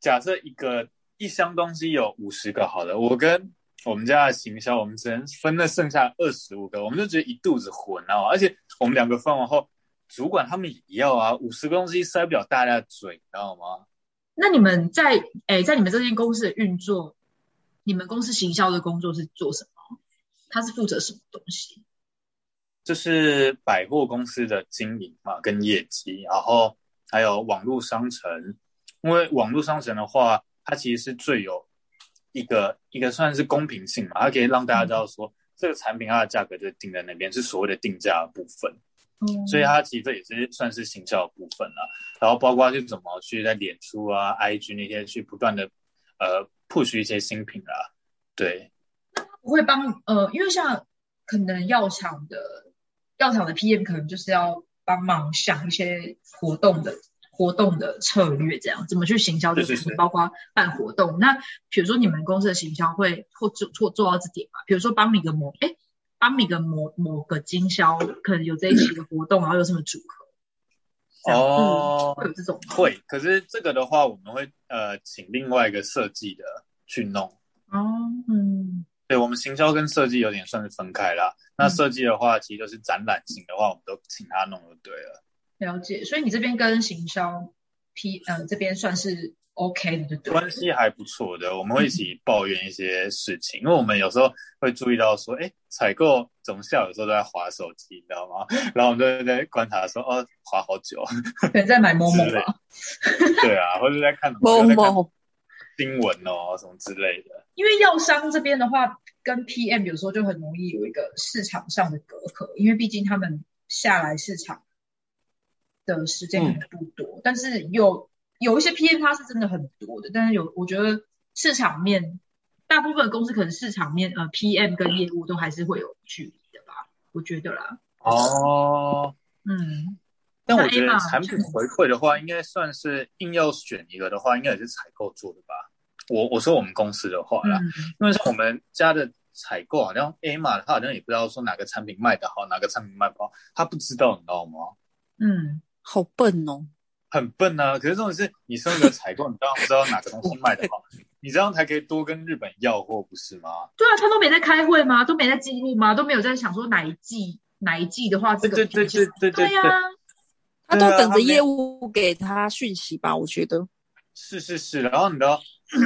[SPEAKER 3] 假设一个一箱东西有五十个好了，我跟我们家的行销，我们只能分了剩下二十五个，我们就觉得一肚子火，你知道吗？而且我们两个分完后，主管他们也要啊，五十个东西塞不了大家的嘴，你知道吗？
[SPEAKER 1] 那你们在诶，在你们这间公司的运作，你们公司行销的工作是做什么？他是负责什么东西？
[SPEAKER 3] 就是百货公司的经营嘛，跟业绩，然后还有网络商城，因为网络商城的话，它其实是最有一个一个算是公平性嘛，它可以让大家知道说、这个产品它的价格就定在那边，是所谓的定价的部分，所以它其实这也是算是行销的部分啦。然后包括就怎么去在脸书啊、IG 那些去不断的呃 push 一些新品啦、对，
[SPEAKER 1] 不会帮呃，因为像可能药厂的药厂的 PM 可能就是要帮忙想一些活动的活动的策略，这样怎么去行销这个
[SPEAKER 3] 是
[SPEAKER 1] 东
[SPEAKER 3] 是
[SPEAKER 1] 西，
[SPEAKER 3] 是
[SPEAKER 1] 包括办活动。那比如说你们公司的行销会或做做做到这点嘛？比如说帮你个某哎，帮你个某某个经销，可能有这一期的活动，然后有什么组合，这样
[SPEAKER 3] 哦
[SPEAKER 1] 会有这种吗
[SPEAKER 3] 会，可是这个的话，我们会呃请另外一个设计的去弄。
[SPEAKER 1] 哦，嗯
[SPEAKER 3] 对我们行销跟设计有点算是分开啦。那
[SPEAKER 1] 嗯
[SPEAKER 3] 设计的话，其实就是展览型的话，我们都请他弄就对了。
[SPEAKER 1] 了解，所以你这边跟行销 P 呃这边算是 OK 的，对不对了？
[SPEAKER 3] 关系还不错的，我们会一起抱怨一些事情，因为我们有时候会注意到说，哎，采购总下有时候都在划手机，你知道吗？然后我们就会在观察说，哦，划好久，
[SPEAKER 1] 可能在买某某
[SPEAKER 3] 之类
[SPEAKER 1] 吧，
[SPEAKER 3] 对啊，或者在看什
[SPEAKER 2] 某
[SPEAKER 3] 么在看
[SPEAKER 2] 某
[SPEAKER 3] 新闻哦，什么之类的。
[SPEAKER 1] 因为药商这边的话，跟 PM 有时候就很容易有一个市场上的隔阂，因为毕竟他们下来市场的时间可能不多，但是有有一些 PM 它是真的很多的，但是有我觉得市场面大部分的公司可能市场面呃 PM 跟业务都还是会有距离的吧，我觉得啦，
[SPEAKER 3] 哦，
[SPEAKER 1] 嗯。
[SPEAKER 3] 但
[SPEAKER 1] 那
[SPEAKER 3] 我觉
[SPEAKER 1] Emma，
[SPEAKER 3] 得产品回馈的话，应该算是硬要选一个的话，应该也是采购做的吧。我我说我们公司的话啦，
[SPEAKER 1] 嗯
[SPEAKER 3] 因为像我们家的采购好像 A 嘛，他好像也不知道说哪个产品卖得好，哪个产品卖不好，他不知道，你知道吗？
[SPEAKER 1] 嗯，
[SPEAKER 2] 好笨哦，
[SPEAKER 3] 很笨啊。可是这种是你身为一个采购，你当然不知道哪个东西
[SPEAKER 1] *laughs*
[SPEAKER 3] 卖得好，你这样才可以多跟日本要货，不是吗？
[SPEAKER 1] 对啊，他都没在开会吗？都没在记录吗？都没有在想说哪一季哪一季的话，这
[SPEAKER 3] 对
[SPEAKER 1] 个
[SPEAKER 3] 对
[SPEAKER 1] 品
[SPEAKER 3] 对对
[SPEAKER 1] 质
[SPEAKER 3] 对对
[SPEAKER 1] 对呀、
[SPEAKER 2] 他
[SPEAKER 3] 对
[SPEAKER 2] 都
[SPEAKER 3] 啊
[SPEAKER 2] 等
[SPEAKER 3] 他
[SPEAKER 2] 着
[SPEAKER 3] 没
[SPEAKER 2] 业务给他讯息
[SPEAKER 3] 啊
[SPEAKER 2] 吧？我觉得
[SPEAKER 3] 是是是，然后你知道， *clears throat*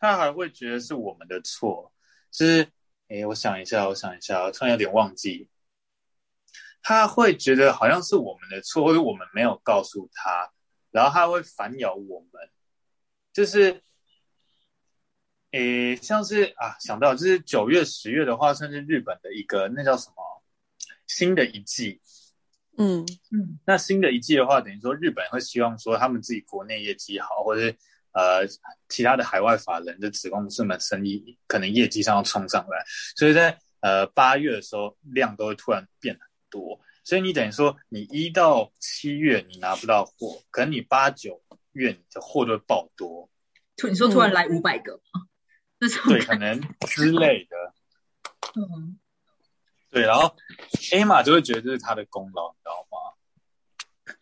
[SPEAKER 3] 他还会觉得是我们的错，就是，诶，我想一下，我想一下，我突然有点忘记，他会觉得好像是我们的错，或者我们没有告诉他，然后他会反咬我们，就是诶，像是啊，想到就是九月、十月的话，算是日本的一个那叫什么新的一季。
[SPEAKER 2] 嗯
[SPEAKER 1] 嗯，
[SPEAKER 3] 那新的一季的话，等于说日本会希望说他们自己国内业绩好，或者是呃其他的海外法人的子公司们生意可能业绩上要冲上来，所以在呃八月的时候量都会突然变很多，所以你等于说你一到七月你拿不到货，可能你八九月你的货就会爆多，
[SPEAKER 1] 突你说
[SPEAKER 2] 嗯
[SPEAKER 1] 突然来五百个吗？ *laughs* 那种
[SPEAKER 3] 对，可能之类的。
[SPEAKER 1] 嗯，
[SPEAKER 3] 对，然后 A 玛就会觉得这是他的功劳，你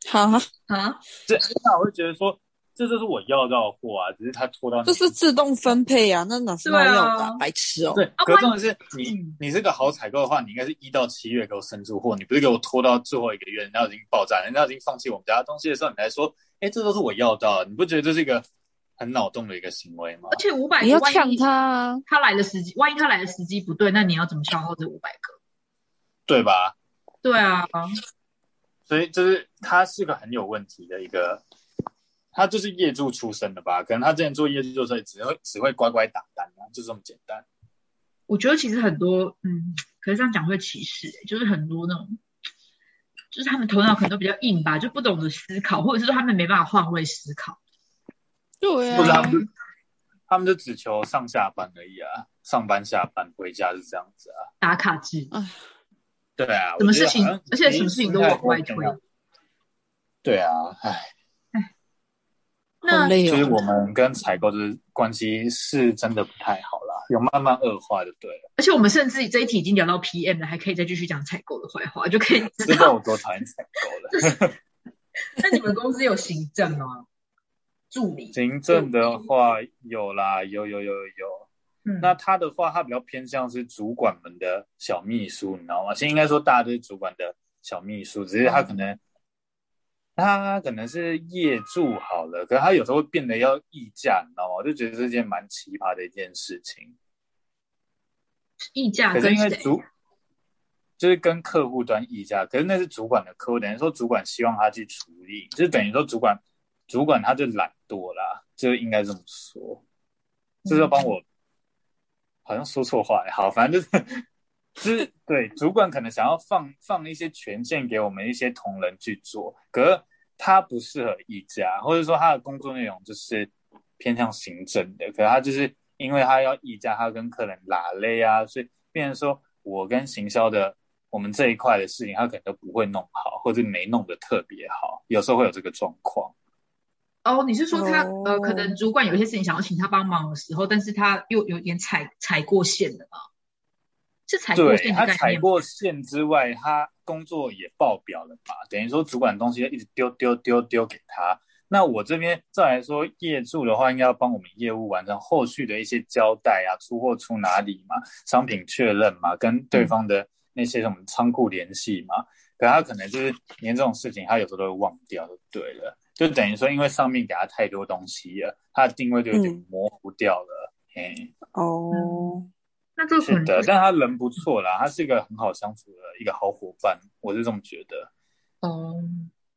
[SPEAKER 3] 知道吗？
[SPEAKER 2] 好，
[SPEAKER 1] 啊，
[SPEAKER 3] 这 A 玛会觉得说，这就是我要到的货啊，只是他拖到你
[SPEAKER 2] 这是自动分配啊，那哪是他要的啊、
[SPEAKER 1] 对啊
[SPEAKER 2] 白痴哦、
[SPEAKER 3] 对，可是重点是你
[SPEAKER 1] 嗯
[SPEAKER 3] 你这个好采购的话，你应该是一到七月给我生出货，你不是给我拖到最后一个月，人家已经爆炸，人家已经放弃我们家的东西的时候，你才说，哎，这都是我要到的，你不觉得这是一个很脑洞的一个行为吗
[SPEAKER 1] 而？且五百
[SPEAKER 2] 你
[SPEAKER 1] 个
[SPEAKER 2] 要
[SPEAKER 1] 万
[SPEAKER 2] 呛
[SPEAKER 1] 一
[SPEAKER 2] 他啊！
[SPEAKER 1] 他来的时机，万一他来的时机不对，那你要怎么消耗这五百个？
[SPEAKER 3] 对吧？
[SPEAKER 1] 对啊，
[SPEAKER 3] 所以就是他是个很有问题的一个，他就是业主出身的吧？可能他之前做业主的时候，只会只会乖乖打单啊，就这么简单。
[SPEAKER 1] 我觉得其实很多，嗯，可是这样讲会歧视、欸就是很多那种，就是他们头脑可能都比较硬吧，就不懂得思考，或者是说他们没办法换位思考。
[SPEAKER 2] 对
[SPEAKER 3] 不知道
[SPEAKER 2] 啊，
[SPEAKER 3] 他们就只求上下班而已啊，上班下班回家是这样子啊。
[SPEAKER 1] 打卡制，
[SPEAKER 3] 对啊，
[SPEAKER 1] 什么事情
[SPEAKER 3] 我觉得好像
[SPEAKER 1] 而且什么事情都往外推。
[SPEAKER 3] 对啊，唉，
[SPEAKER 2] 好
[SPEAKER 1] 那
[SPEAKER 2] 累
[SPEAKER 3] 就是
[SPEAKER 2] 哦、
[SPEAKER 3] 我们跟采购的关系是真的不太好啦，有慢慢恶化就对
[SPEAKER 1] *laughs*
[SPEAKER 3] 了。
[SPEAKER 1] 而且我们甚至这一题已经聊到 PM 了，还可以再继续讲采购的坏话，就可以
[SPEAKER 3] 知
[SPEAKER 1] 知
[SPEAKER 3] 道
[SPEAKER 1] 道。
[SPEAKER 3] 我多讨厌采购了。
[SPEAKER 1] *laughs* 那你们公司有行政吗？助理？
[SPEAKER 3] 行政的话有啦，有有有有有。
[SPEAKER 1] 嗯，
[SPEAKER 3] 那他的话，他比较偏向是主管们的小秘书，你知道吗？现在应该说大家都是主管的小秘书，只是他可能、他可能是业主好了，可是他有时候会变得要议价，你知道吗？我就觉得这件蛮奇葩的一件事情。
[SPEAKER 1] 议价
[SPEAKER 3] 可是
[SPEAKER 1] 啊跟
[SPEAKER 3] 因为
[SPEAKER 1] 谁？
[SPEAKER 3] 主就是跟客户端议价，可是那是主管的客户，等于说主管希望他去处理，就是等于说主管主管他就懒惰啦，就应该这么说。就是要帮
[SPEAKER 1] 嗯
[SPEAKER 3] 我，好像说错话、欸，好，反正就是就是对主管可能想要放放一些权限给我们一些同仁去做，可是他不适合议价，或者说他的工作内容就是偏向行政的，可是他就是因为他要议价，他跟客人拉累啊，所以变成说我跟行销的我们这一块的事情，他可能都不会弄好，或者没弄得特别好，有时候会有这个状况。
[SPEAKER 1] 哦，你是说他
[SPEAKER 2] 哦
[SPEAKER 1] 呃，可能主管有一些事情想要请他帮忙的时候，但是他又有点踩踩过线了吗？是踩过
[SPEAKER 3] 对
[SPEAKER 1] 线的
[SPEAKER 3] 他
[SPEAKER 1] 概
[SPEAKER 3] 踩
[SPEAKER 1] 念吗
[SPEAKER 3] 过线之外，他工作也爆表了嘛，等于说主管东西一直丢丢丢丢给他。那我这边再来说，业主的话应该要帮我们业务完成后续的一些交代啊，出货出哪里嘛，商品确认嘛，跟
[SPEAKER 1] 嗯
[SPEAKER 3] 对方的那些什么仓库联系嘛。可他可能就是连这种事情，他有时候都会忘掉，就对了。就等于说，因为上面给他太多东西了，他的定位就有点
[SPEAKER 2] 嗯
[SPEAKER 3] 模糊掉了。嘿。
[SPEAKER 2] 哦，
[SPEAKER 1] 那这个可
[SPEAKER 3] 是
[SPEAKER 1] 能
[SPEAKER 3] 的
[SPEAKER 1] 就，
[SPEAKER 3] 但他人不错啦，他是一个很好相处的一个好伙伴，我是这么觉得。
[SPEAKER 1] 哦，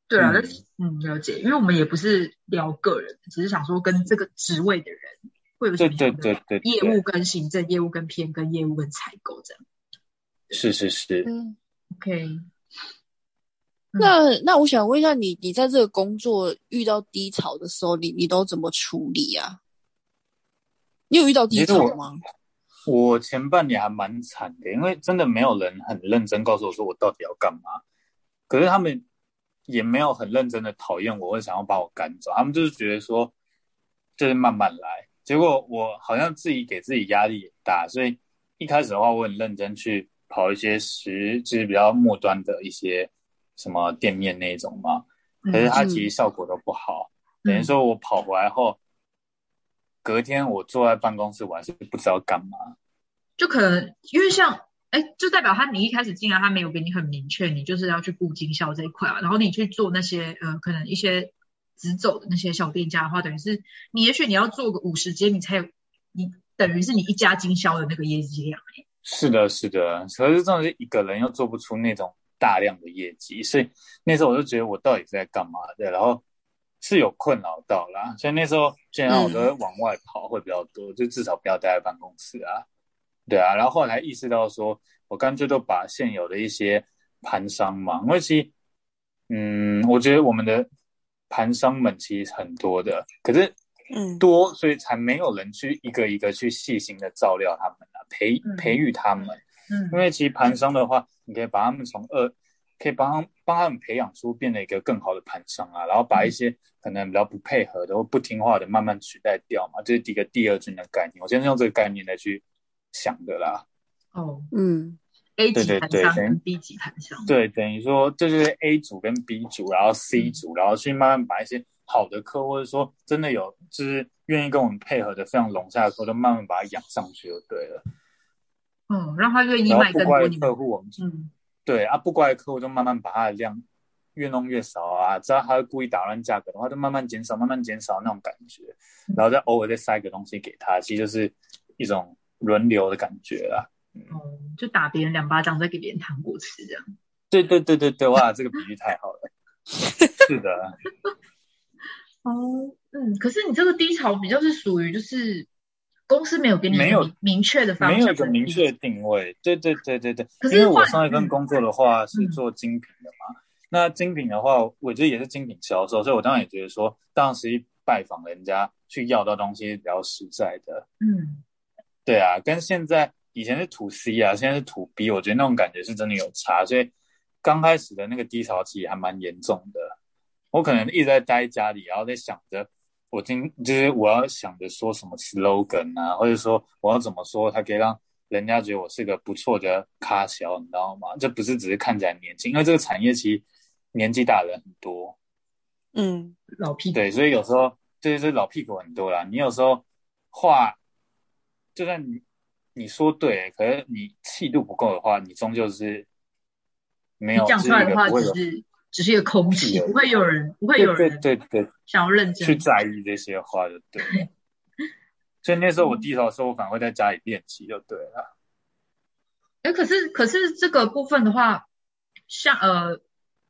[SPEAKER 1] 对啊，
[SPEAKER 3] 嗯
[SPEAKER 1] 但是嗯，了解，因为我们也不是聊个人，只是想说跟这个职位的人会有什
[SPEAKER 3] 对
[SPEAKER 1] 么
[SPEAKER 3] 对
[SPEAKER 1] 样的
[SPEAKER 3] 对对，
[SPEAKER 1] 业
[SPEAKER 3] 对
[SPEAKER 1] 务跟行政、业务跟偏跟业务跟采购这样。
[SPEAKER 3] 是是是，
[SPEAKER 2] 嗯，
[SPEAKER 1] OK，
[SPEAKER 2] 那那我想问一下你，你在这个工作遇到低潮的时候，你你都怎么处理啊？你有遇到低
[SPEAKER 3] 其实
[SPEAKER 2] 潮
[SPEAKER 3] 我
[SPEAKER 2] 吗？
[SPEAKER 3] 我前半年还蛮惨的，因为真的没有人很认真告诉我说我到底要干嘛，可是他们也没有很认真的讨厌我，或者想要把我赶走，他们就是觉得说，就是慢慢来。结果我好像自己给自己压力也大，所以一开始的话，我很认真去跑一些实就是比较末端的一些什么店面那一种嘛，
[SPEAKER 1] 嗯
[SPEAKER 3] 可是它其实效果都不好。
[SPEAKER 1] 嗯
[SPEAKER 3] 等于说我跑回来后，隔天我坐在办公室，我还是不知道干嘛。
[SPEAKER 1] 就可能因为像，哎，就代表他你一开始进来，他没有给你很明确，你就是要去顾经销这一块啊，然后你去做那些呃，可能一些直走的那些小店家的话，等于是你也许你要做个五十间，你才有你等于是你一家经销的那个业绩量。
[SPEAKER 3] 是的，是的，可是真的是一个人又做不出那种大量的业绩，所以那时候我就觉得我到底在干嘛的，然后是有困扰到啦。所以那时候基本上我都会往外跑会比较多，就至少不要待在办公室啊。对啊，然后后来意识到说，我干脆都把现有的一些盘商嘛，因为其实，嗯，我觉得我们的盘商们其实很多的，可是
[SPEAKER 2] 嗯，
[SPEAKER 3] 多，所以才没有人去一个一个去细心的照料他们啊，培
[SPEAKER 1] 嗯
[SPEAKER 3] 培育他们。
[SPEAKER 1] 嗯
[SPEAKER 3] 因为其实盘商的话，你可以把他们从二，可以帮他们帮他们培养出变得一个更好的盘商啊，然后
[SPEAKER 1] 嗯
[SPEAKER 3] 把一些可能比较不配合的或不听话的慢慢取代掉嘛，这是第一个第二军的概念。我现在用这个概念来去想的啦。
[SPEAKER 1] 哦
[SPEAKER 2] 嗯，
[SPEAKER 1] ，A
[SPEAKER 3] 对
[SPEAKER 1] 级
[SPEAKER 3] 对
[SPEAKER 1] 盘
[SPEAKER 3] 对
[SPEAKER 1] 商
[SPEAKER 3] 先
[SPEAKER 1] 跟 B 级盘商，
[SPEAKER 3] 对，等于说这就是 A 组跟 B 组，然后
[SPEAKER 1] 嗯
[SPEAKER 3] C 组，然后去慢慢把一些好的客，或者说真的有就是愿意跟我们配合的非常融洽的客户，都慢慢把它养上去就对了。
[SPEAKER 1] 嗯，让他愿意
[SPEAKER 3] 然后
[SPEAKER 1] 卖
[SPEAKER 3] 不
[SPEAKER 1] 更
[SPEAKER 3] 乖
[SPEAKER 1] 多
[SPEAKER 3] 的
[SPEAKER 1] 你们
[SPEAKER 3] 客，户，我们
[SPEAKER 1] 嗯
[SPEAKER 3] 对啊，不乖的客户就慢慢把它的量越弄越少啊，只要他会故意打乱价格的话，就慢慢减少，慢慢减少那种感觉，
[SPEAKER 1] 嗯
[SPEAKER 3] 然后再偶尔再塞个东西给他，其实就是一种轮流的感觉啊啦。
[SPEAKER 1] 哦，就打别人两巴掌，再给别人糖果吃这样。
[SPEAKER 3] 对对对对对，哇，这个比喻太好
[SPEAKER 1] *laughs*
[SPEAKER 3] 了。是的，
[SPEAKER 1] 哦，嗯，可是你这个低潮比较是属于就是公司没有给你一个
[SPEAKER 3] 没有
[SPEAKER 1] 明明确的方
[SPEAKER 3] 没
[SPEAKER 1] 向，
[SPEAKER 3] 有一个明确的定位。对对对对对，
[SPEAKER 1] 可是
[SPEAKER 3] 因为我
[SPEAKER 1] 换
[SPEAKER 3] 上一份工作的话是
[SPEAKER 1] 嗯
[SPEAKER 3] 做精品的嘛，那精品的话，我觉得也是精品销售，所以我当然也觉得说，当时去拜访人家去要到东西是比较实在的。
[SPEAKER 1] 嗯
[SPEAKER 3] 对啊，跟现在以前是 to C 啊，现在是 to B，我觉得那种感觉是真的有差，所以刚开始的那个低潮期还蛮严重的。我可能一直在待家里，然后在想着我今就是我要想着说什么 slogan 啊，或者说我要怎么说，它可以让人家觉得我是个不错的咖小，你知道吗？这不是只是看起来年轻，因为这个产业其实年纪大的人很多，
[SPEAKER 2] 嗯，
[SPEAKER 1] 老屁股，
[SPEAKER 3] *laughs* 对，所以有时候这就是老屁股很多啦。你有时候话，就算你你说对，可是你气度不够的话，你终究是没
[SPEAKER 1] 你
[SPEAKER 3] 有
[SPEAKER 1] 讲
[SPEAKER 3] 是
[SPEAKER 1] 出来
[SPEAKER 3] 一
[SPEAKER 1] 的
[SPEAKER 3] 个
[SPEAKER 1] 话
[SPEAKER 3] 不会
[SPEAKER 1] 只
[SPEAKER 3] 有
[SPEAKER 1] 是只是一个空气，不会有人不会有
[SPEAKER 3] 对
[SPEAKER 1] 人
[SPEAKER 3] 对对对
[SPEAKER 1] 想要认真
[SPEAKER 3] 去在意这些话就对了。所以那时候我低潮的时候，我反而会在家里练习就对了。
[SPEAKER 1] 哎，可是可是这个部分的话，像呃，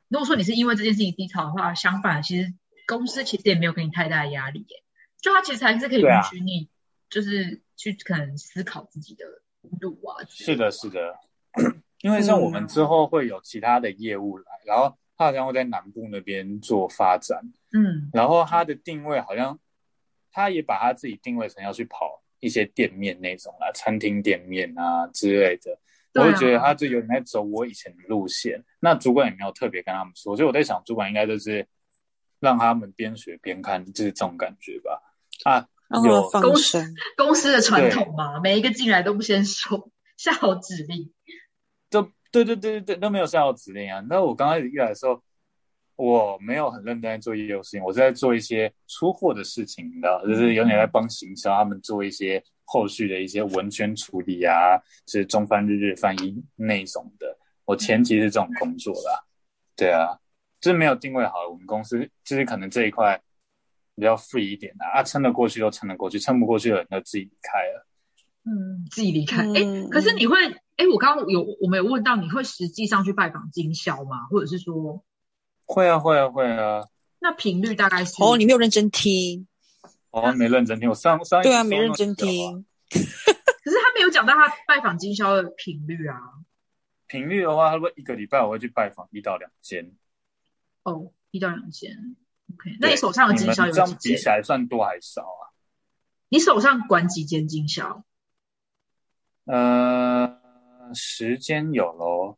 [SPEAKER 1] 如果说你是因为这件事情低潮的话，相反，其实公司其实也没有给你太大的压力耶，就他其实还是可以
[SPEAKER 3] 对啊
[SPEAKER 1] 允许你，就是去可能思考自己的路啊之类
[SPEAKER 3] 是的，是的，因为像我
[SPEAKER 1] 嗯
[SPEAKER 3] 们之后会有其他的业务来，然后他好像会在南部那边做发展。
[SPEAKER 1] 嗯
[SPEAKER 3] 然后他的定位好像，他也把他自己定位成要去跑一些店面那种啦，餐厅店面啊之类的。
[SPEAKER 1] 对啊
[SPEAKER 3] 我就觉得他就有点在走我以前的路线。那主管也没有特别跟他们说，所以我在想，主管应该就是让他们边学边看，就是这种感觉吧。啊，
[SPEAKER 2] 让他们
[SPEAKER 3] 有
[SPEAKER 2] 放
[SPEAKER 1] 公
[SPEAKER 2] 生。
[SPEAKER 1] 公司的传
[SPEAKER 3] 对
[SPEAKER 1] 统嘛，每一个进来都不先说下好指令，
[SPEAKER 3] 都对对对对对都没有下好指令啊。那我刚开始一来的时候，我没有很认真在做业务事情，我是在做一些出货的事情，你知道，就是有点在帮行销他们做一些后续的一些文宣处理啊，就是中翻日日翻译那种的。我前期是这种工作啦，对啊，就是没有定位好，我们公司就是可能这一块比较 free 一点的啊，撑得过去就撑得过去，撑不过去的人就自己离开了。
[SPEAKER 1] 嗯，自己离开。哎、
[SPEAKER 2] 嗯
[SPEAKER 1] 可是你会，哎，我刚刚有我们有问到，你会实际上去拜访经销吗？或者是说，
[SPEAKER 3] 会啊，会啊，会啊。
[SPEAKER 1] 那频率大概是？
[SPEAKER 2] 哦，你没有认真听，
[SPEAKER 3] 哦，没认真听，我上上一
[SPEAKER 2] 对啊，
[SPEAKER 3] 集
[SPEAKER 2] 没
[SPEAKER 3] 说
[SPEAKER 2] 认
[SPEAKER 3] 那
[SPEAKER 2] 真
[SPEAKER 3] 个啊
[SPEAKER 2] 听。
[SPEAKER 1] 可是他没有讲到他拜访经销的频率啊。
[SPEAKER 3] 频率的话，差不多一个礼拜我会去拜访一到两间。
[SPEAKER 1] 哦，一到两间。OK，那你
[SPEAKER 3] 对
[SPEAKER 1] 手上的
[SPEAKER 3] 你
[SPEAKER 1] 经
[SPEAKER 3] 们
[SPEAKER 1] 销
[SPEAKER 3] 这
[SPEAKER 1] 有
[SPEAKER 3] 样
[SPEAKER 1] 几
[SPEAKER 3] 比起
[SPEAKER 1] 间？
[SPEAKER 3] 来算多还少啊？
[SPEAKER 1] 你手上管几间经销？
[SPEAKER 3] 呃，时间有喽，啊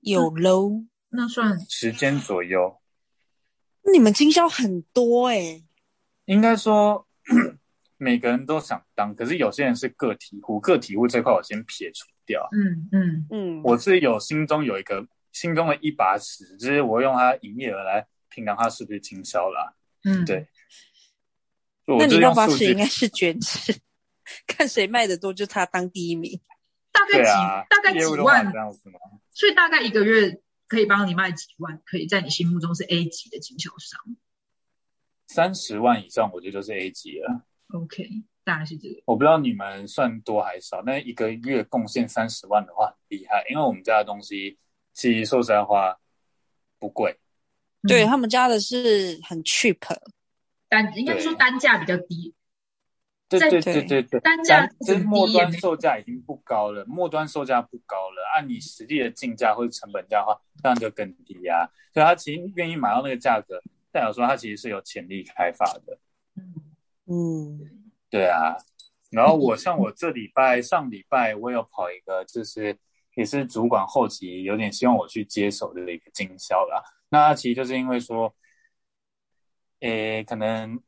[SPEAKER 2] 有喽。
[SPEAKER 1] 那算
[SPEAKER 3] 十间左右。
[SPEAKER 2] 那你们经销很多哎
[SPEAKER 3] 嗯
[SPEAKER 2] 诶，
[SPEAKER 3] 应该说 *clears throat* 每个人都想当，可是有些人是个体户，个体户这块我先撇除掉。
[SPEAKER 1] 嗯嗯
[SPEAKER 2] 嗯，
[SPEAKER 3] 我是有心中有一个心中的一把尺，就是我用它营业额来评量它是不是经销啦。
[SPEAKER 1] 嗯，
[SPEAKER 3] 对就我
[SPEAKER 2] 那
[SPEAKER 3] 就
[SPEAKER 2] 你
[SPEAKER 3] 用
[SPEAKER 2] 那把
[SPEAKER 3] 数
[SPEAKER 2] 尺
[SPEAKER 3] 据
[SPEAKER 2] 应该是卷尺， *laughs* 看谁卖的多就他当第一名。
[SPEAKER 1] 大概
[SPEAKER 3] 对
[SPEAKER 1] 几
[SPEAKER 3] 啊，
[SPEAKER 1] 大概
[SPEAKER 3] 业
[SPEAKER 1] 几
[SPEAKER 3] 务的话
[SPEAKER 1] 万
[SPEAKER 3] 这？样子嘛。
[SPEAKER 1] 所以大概一个月可以帮你卖几万？可以在你心目中是 A 级的经销商。
[SPEAKER 3] 三十万以上，我觉得就是 A 级了。
[SPEAKER 1] OK，大概是这个。
[SPEAKER 3] 我不知道你们算多还少，但一个月贡献三十万的话很厉害，因为我们家的东西其实说实在话不贵，
[SPEAKER 2] 对
[SPEAKER 1] 嗯
[SPEAKER 2] 他们家的是很 cheap，
[SPEAKER 1] 单应该说单价比较低，
[SPEAKER 3] 对
[SPEAKER 1] 在
[SPEAKER 3] 对
[SPEAKER 2] 对
[SPEAKER 3] 对对对，
[SPEAKER 1] 单价
[SPEAKER 3] 但就是末
[SPEAKER 1] 低也
[SPEAKER 3] 端
[SPEAKER 1] 没
[SPEAKER 3] 售价已经不高了，末端售价不高了，按你实际的进价或者成本价的话，当然就更低啊。所以他其实愿意买到那个价格，代表说他其实是有潜力开发的。
[SPEAKER 2] 嗯，
[SPEAKER 3] 对啊，然后我像我这礼拜上礼拜我有跑一个，就是也是主管后期有点希望我去接手的一个经销啦。那其实就是因为说，诶，可能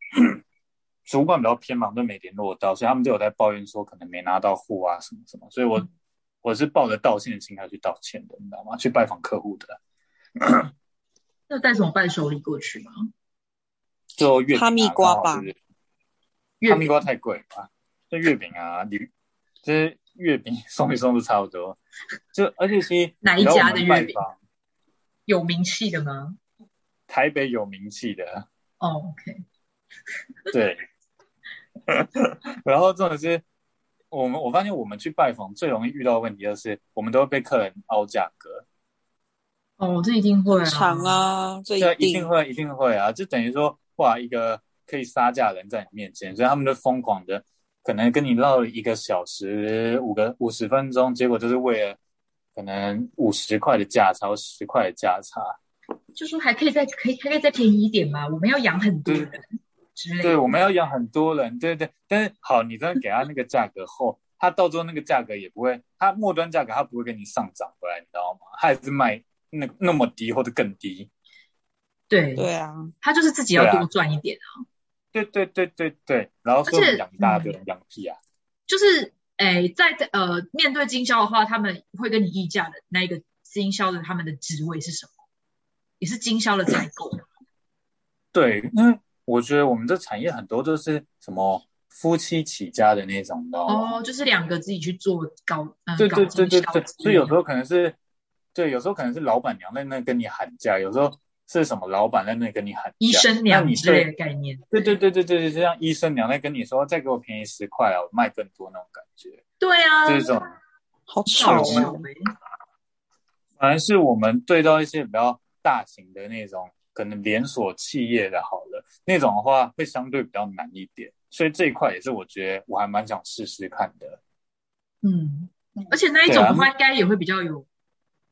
[SPEAKER 3] *clears throat* 主管比较偏忙，都没联络到，所以他们就有在抱怨说可能没拿到货啊什么什么。所以
[SPEAKER 2] 嗯
[SPEAKER 3] 我我是抱着道歉的心态去道歉的，你知道吗？去拜访客户的，
[SPEAKER 1] 那带什么伴手礼过去吗？
[SPEAKER 3] 就月饼啊
[SPEAKER 2] 哈密瓜吧
[SPEAKER 3] 刚好就是
[SPEAKER 1] 月
[SPEAKER 3] 哈密
[SPEAKER 1] 饼
[SPEAKER 3] 瓜太贵了吧？这月饼啊，你这月饼 *laughs* 送一送都差不多。就而且其实
[SPEAKER 1] 哪一家的
[SPEAKER 3] 你知道我们
[SPEAKER 1] 月饼
[SPEAKER 3] 拜访
[SPEAKER 1] 有名气的吗？
[SPEAKER 3] 台北有名气的，
[SPEAKER 1] 哦，OK，
[SPEAKER 3] 对。 *laughs* 然后重点是，我们我发现我们去拜访最容易遇到的问题就是，我们都会被客人凹价格，
[SPEAKER 1] 哦，这一定会
[SPEAKER 2] 长，啊，这
[SPEAKER 3] 对，一
[SPEAKER 2] 定
[SPEAKER 3] 定会一定会啊！就等于说，哇，一个可以杀价的人在你面前，所以他们就疯狂的，可能跟你唠了一个小时、五个五十分钟，结果就是为了可能五十块的价差、十块的价差，
[SPEAKER 1] 就说还可以再可以还可以再便宜一点嘛，我们要养很多人之类
[SPEAKER 3] 对，
[SPEAKER 1] 的。
[SPEAKER 3] 我们要养很多人，对对。但是好，你真的给他那个价格后，他到最后那个价格也不会，他末端价格他不会给你上涨回来，你知道吗？他还是卖那那么低或者更低。
[SPEAKER 1] 对，
[SPEAKER 2] 对啊，
[SPEAKER 1] 他就是自己要
[SPEAKER 3] 对
[SPEAKER 1] 多赚一点啊，
[SPEAKER 3] 对对对对对，然后说
[SPEAKER 1] 而且
[SPEAKER 3] 养大的人养屁啊，
[SPEAKER 1] 就是诶，在呃面对经销的话，他们会跟你议价的那一个经销的他们的职位是什么？也是经销的采
[SPEAKER 2] 嗯
[SPEAKER 1] 购，
[SPEAKER 3] 对，因为我觉得我们这产业很多都是什么夫妻起家的那种，你知道吗？
[SPEAKER 1] 哦，就是两个自己去做搞，嗯、
[SPEAKER 3] 对对
[SPEAKER 1] 搞
[SPEAKER 3] 对对
[SPEAKER 1] 经销
[SPEAKER 3] 对，
[SPEAKER 1] 之
[SPEAKER 3] 所以有
[SPEAKER 1] 类
[SPEAKER 3] 时候可能是，对，有时候可能是老板娘在那跟你喊价，有时候是什么老板在那跟你喊价，
[SPEAKER 1] 医生
[SPEAKER 3] 那
[SPEAKER 1] 娘
[SPEAKER 3] 你
[SPEAKER 1] 之类的
[SPEAKER 3] 对
[SPEAKER 1] 概念。
[SPEAKER 3] 对对对对对对，就像医生娘在跟你说再给我便宜十块啊，我卖更多那种感觉，
[SPEAKER 1] 对啊，
[SPEAKER 3] 这种
[SPEAKER 2] 好
[SPEAKER 1] 好
[SPEAKER 2] 吵
[SPEAKER 1] 笑
[SPEAKER 2] 哦。
[SPEAKER 1] 欸
[SPEAKER 3] 反而是我们对到一些比较大型的那种可能连锁企业的，好了，那种的话会相对比较难一点，所以这一块也是我觉得我还蛮想试试看的。
[SPEAKER 1] 嗯，而且那一
[SPEAKER 3] 啊
[SPEAKER 1] 种的话，应该也会比较有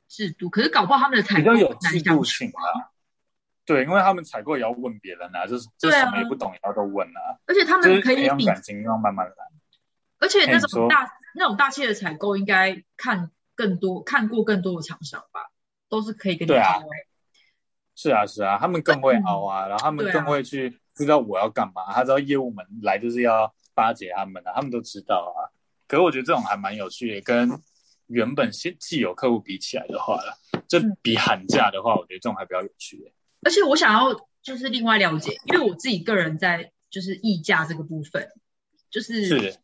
[SPEAKER 1] 制度。可是搞不好他们的采
[SPEAKER 3] 比
[SPEAKER 1] 购
[SPEAKER 3] 较有
[SPEAKER 1] 很
[SPEAKER 3] 制
[SPEAKER 1] 难
[SPEAKER 3] 度
[SPEAKER 1] 相处
[SPEAKER 3] 性啊。对，因为他们采购也要问别人啊，就是就
[SPEAKER 1] 对啊
[SPEAKER 3] 什么也不懂也要都问啊，
[SPEAKER 1] 而且他
[SPEAKER 3] 就
[SPEAKER 1] 们
[SPEAKER 3] 是
[SPEAKER 1] 可
[SPEAKER 3] 培
[SPEAKER 1] 以
[SPEAKER 3] 养
[SPEAKER 1] 比，
[SPEAKER 3] 感情，要慢慢来。
[SPEAKER 1] 而且那
[SPEAKER 3] 哎你
[SPEAKER 1] 种
[SPEAKER 3] 说
[SPEAKER 1] 大那种大企业的采购，应该看更多看过更多的厂商吧，都是可以跟你
[SPEAKER 3] 对啊
[SPEAKER 1] 交流
[SPEAKER 3] 是啊，是啊，他们更会熬啊，
[SPEAKER 2] 嗯
[SPEAKER 3] 然后他们
[SPEAKER 1] 对啊
[SPEAKER 3] 更会去知道我要干嘛，他知道业务们来就是要巴结他们啊，他们都知道啊。可是我觉得这种还蛮有趣的，跟原本现既有客户比起来的话啦，这比喊价的话，我觉得这种还比较有趣。
[SPEAKER 1] 而且我想要就是另外了解，因为我自己个人在就是议价这个部分，
[SPEAKER 2] 嗯
[SPEAKER 1] 就是
[SPEAKER 3] 是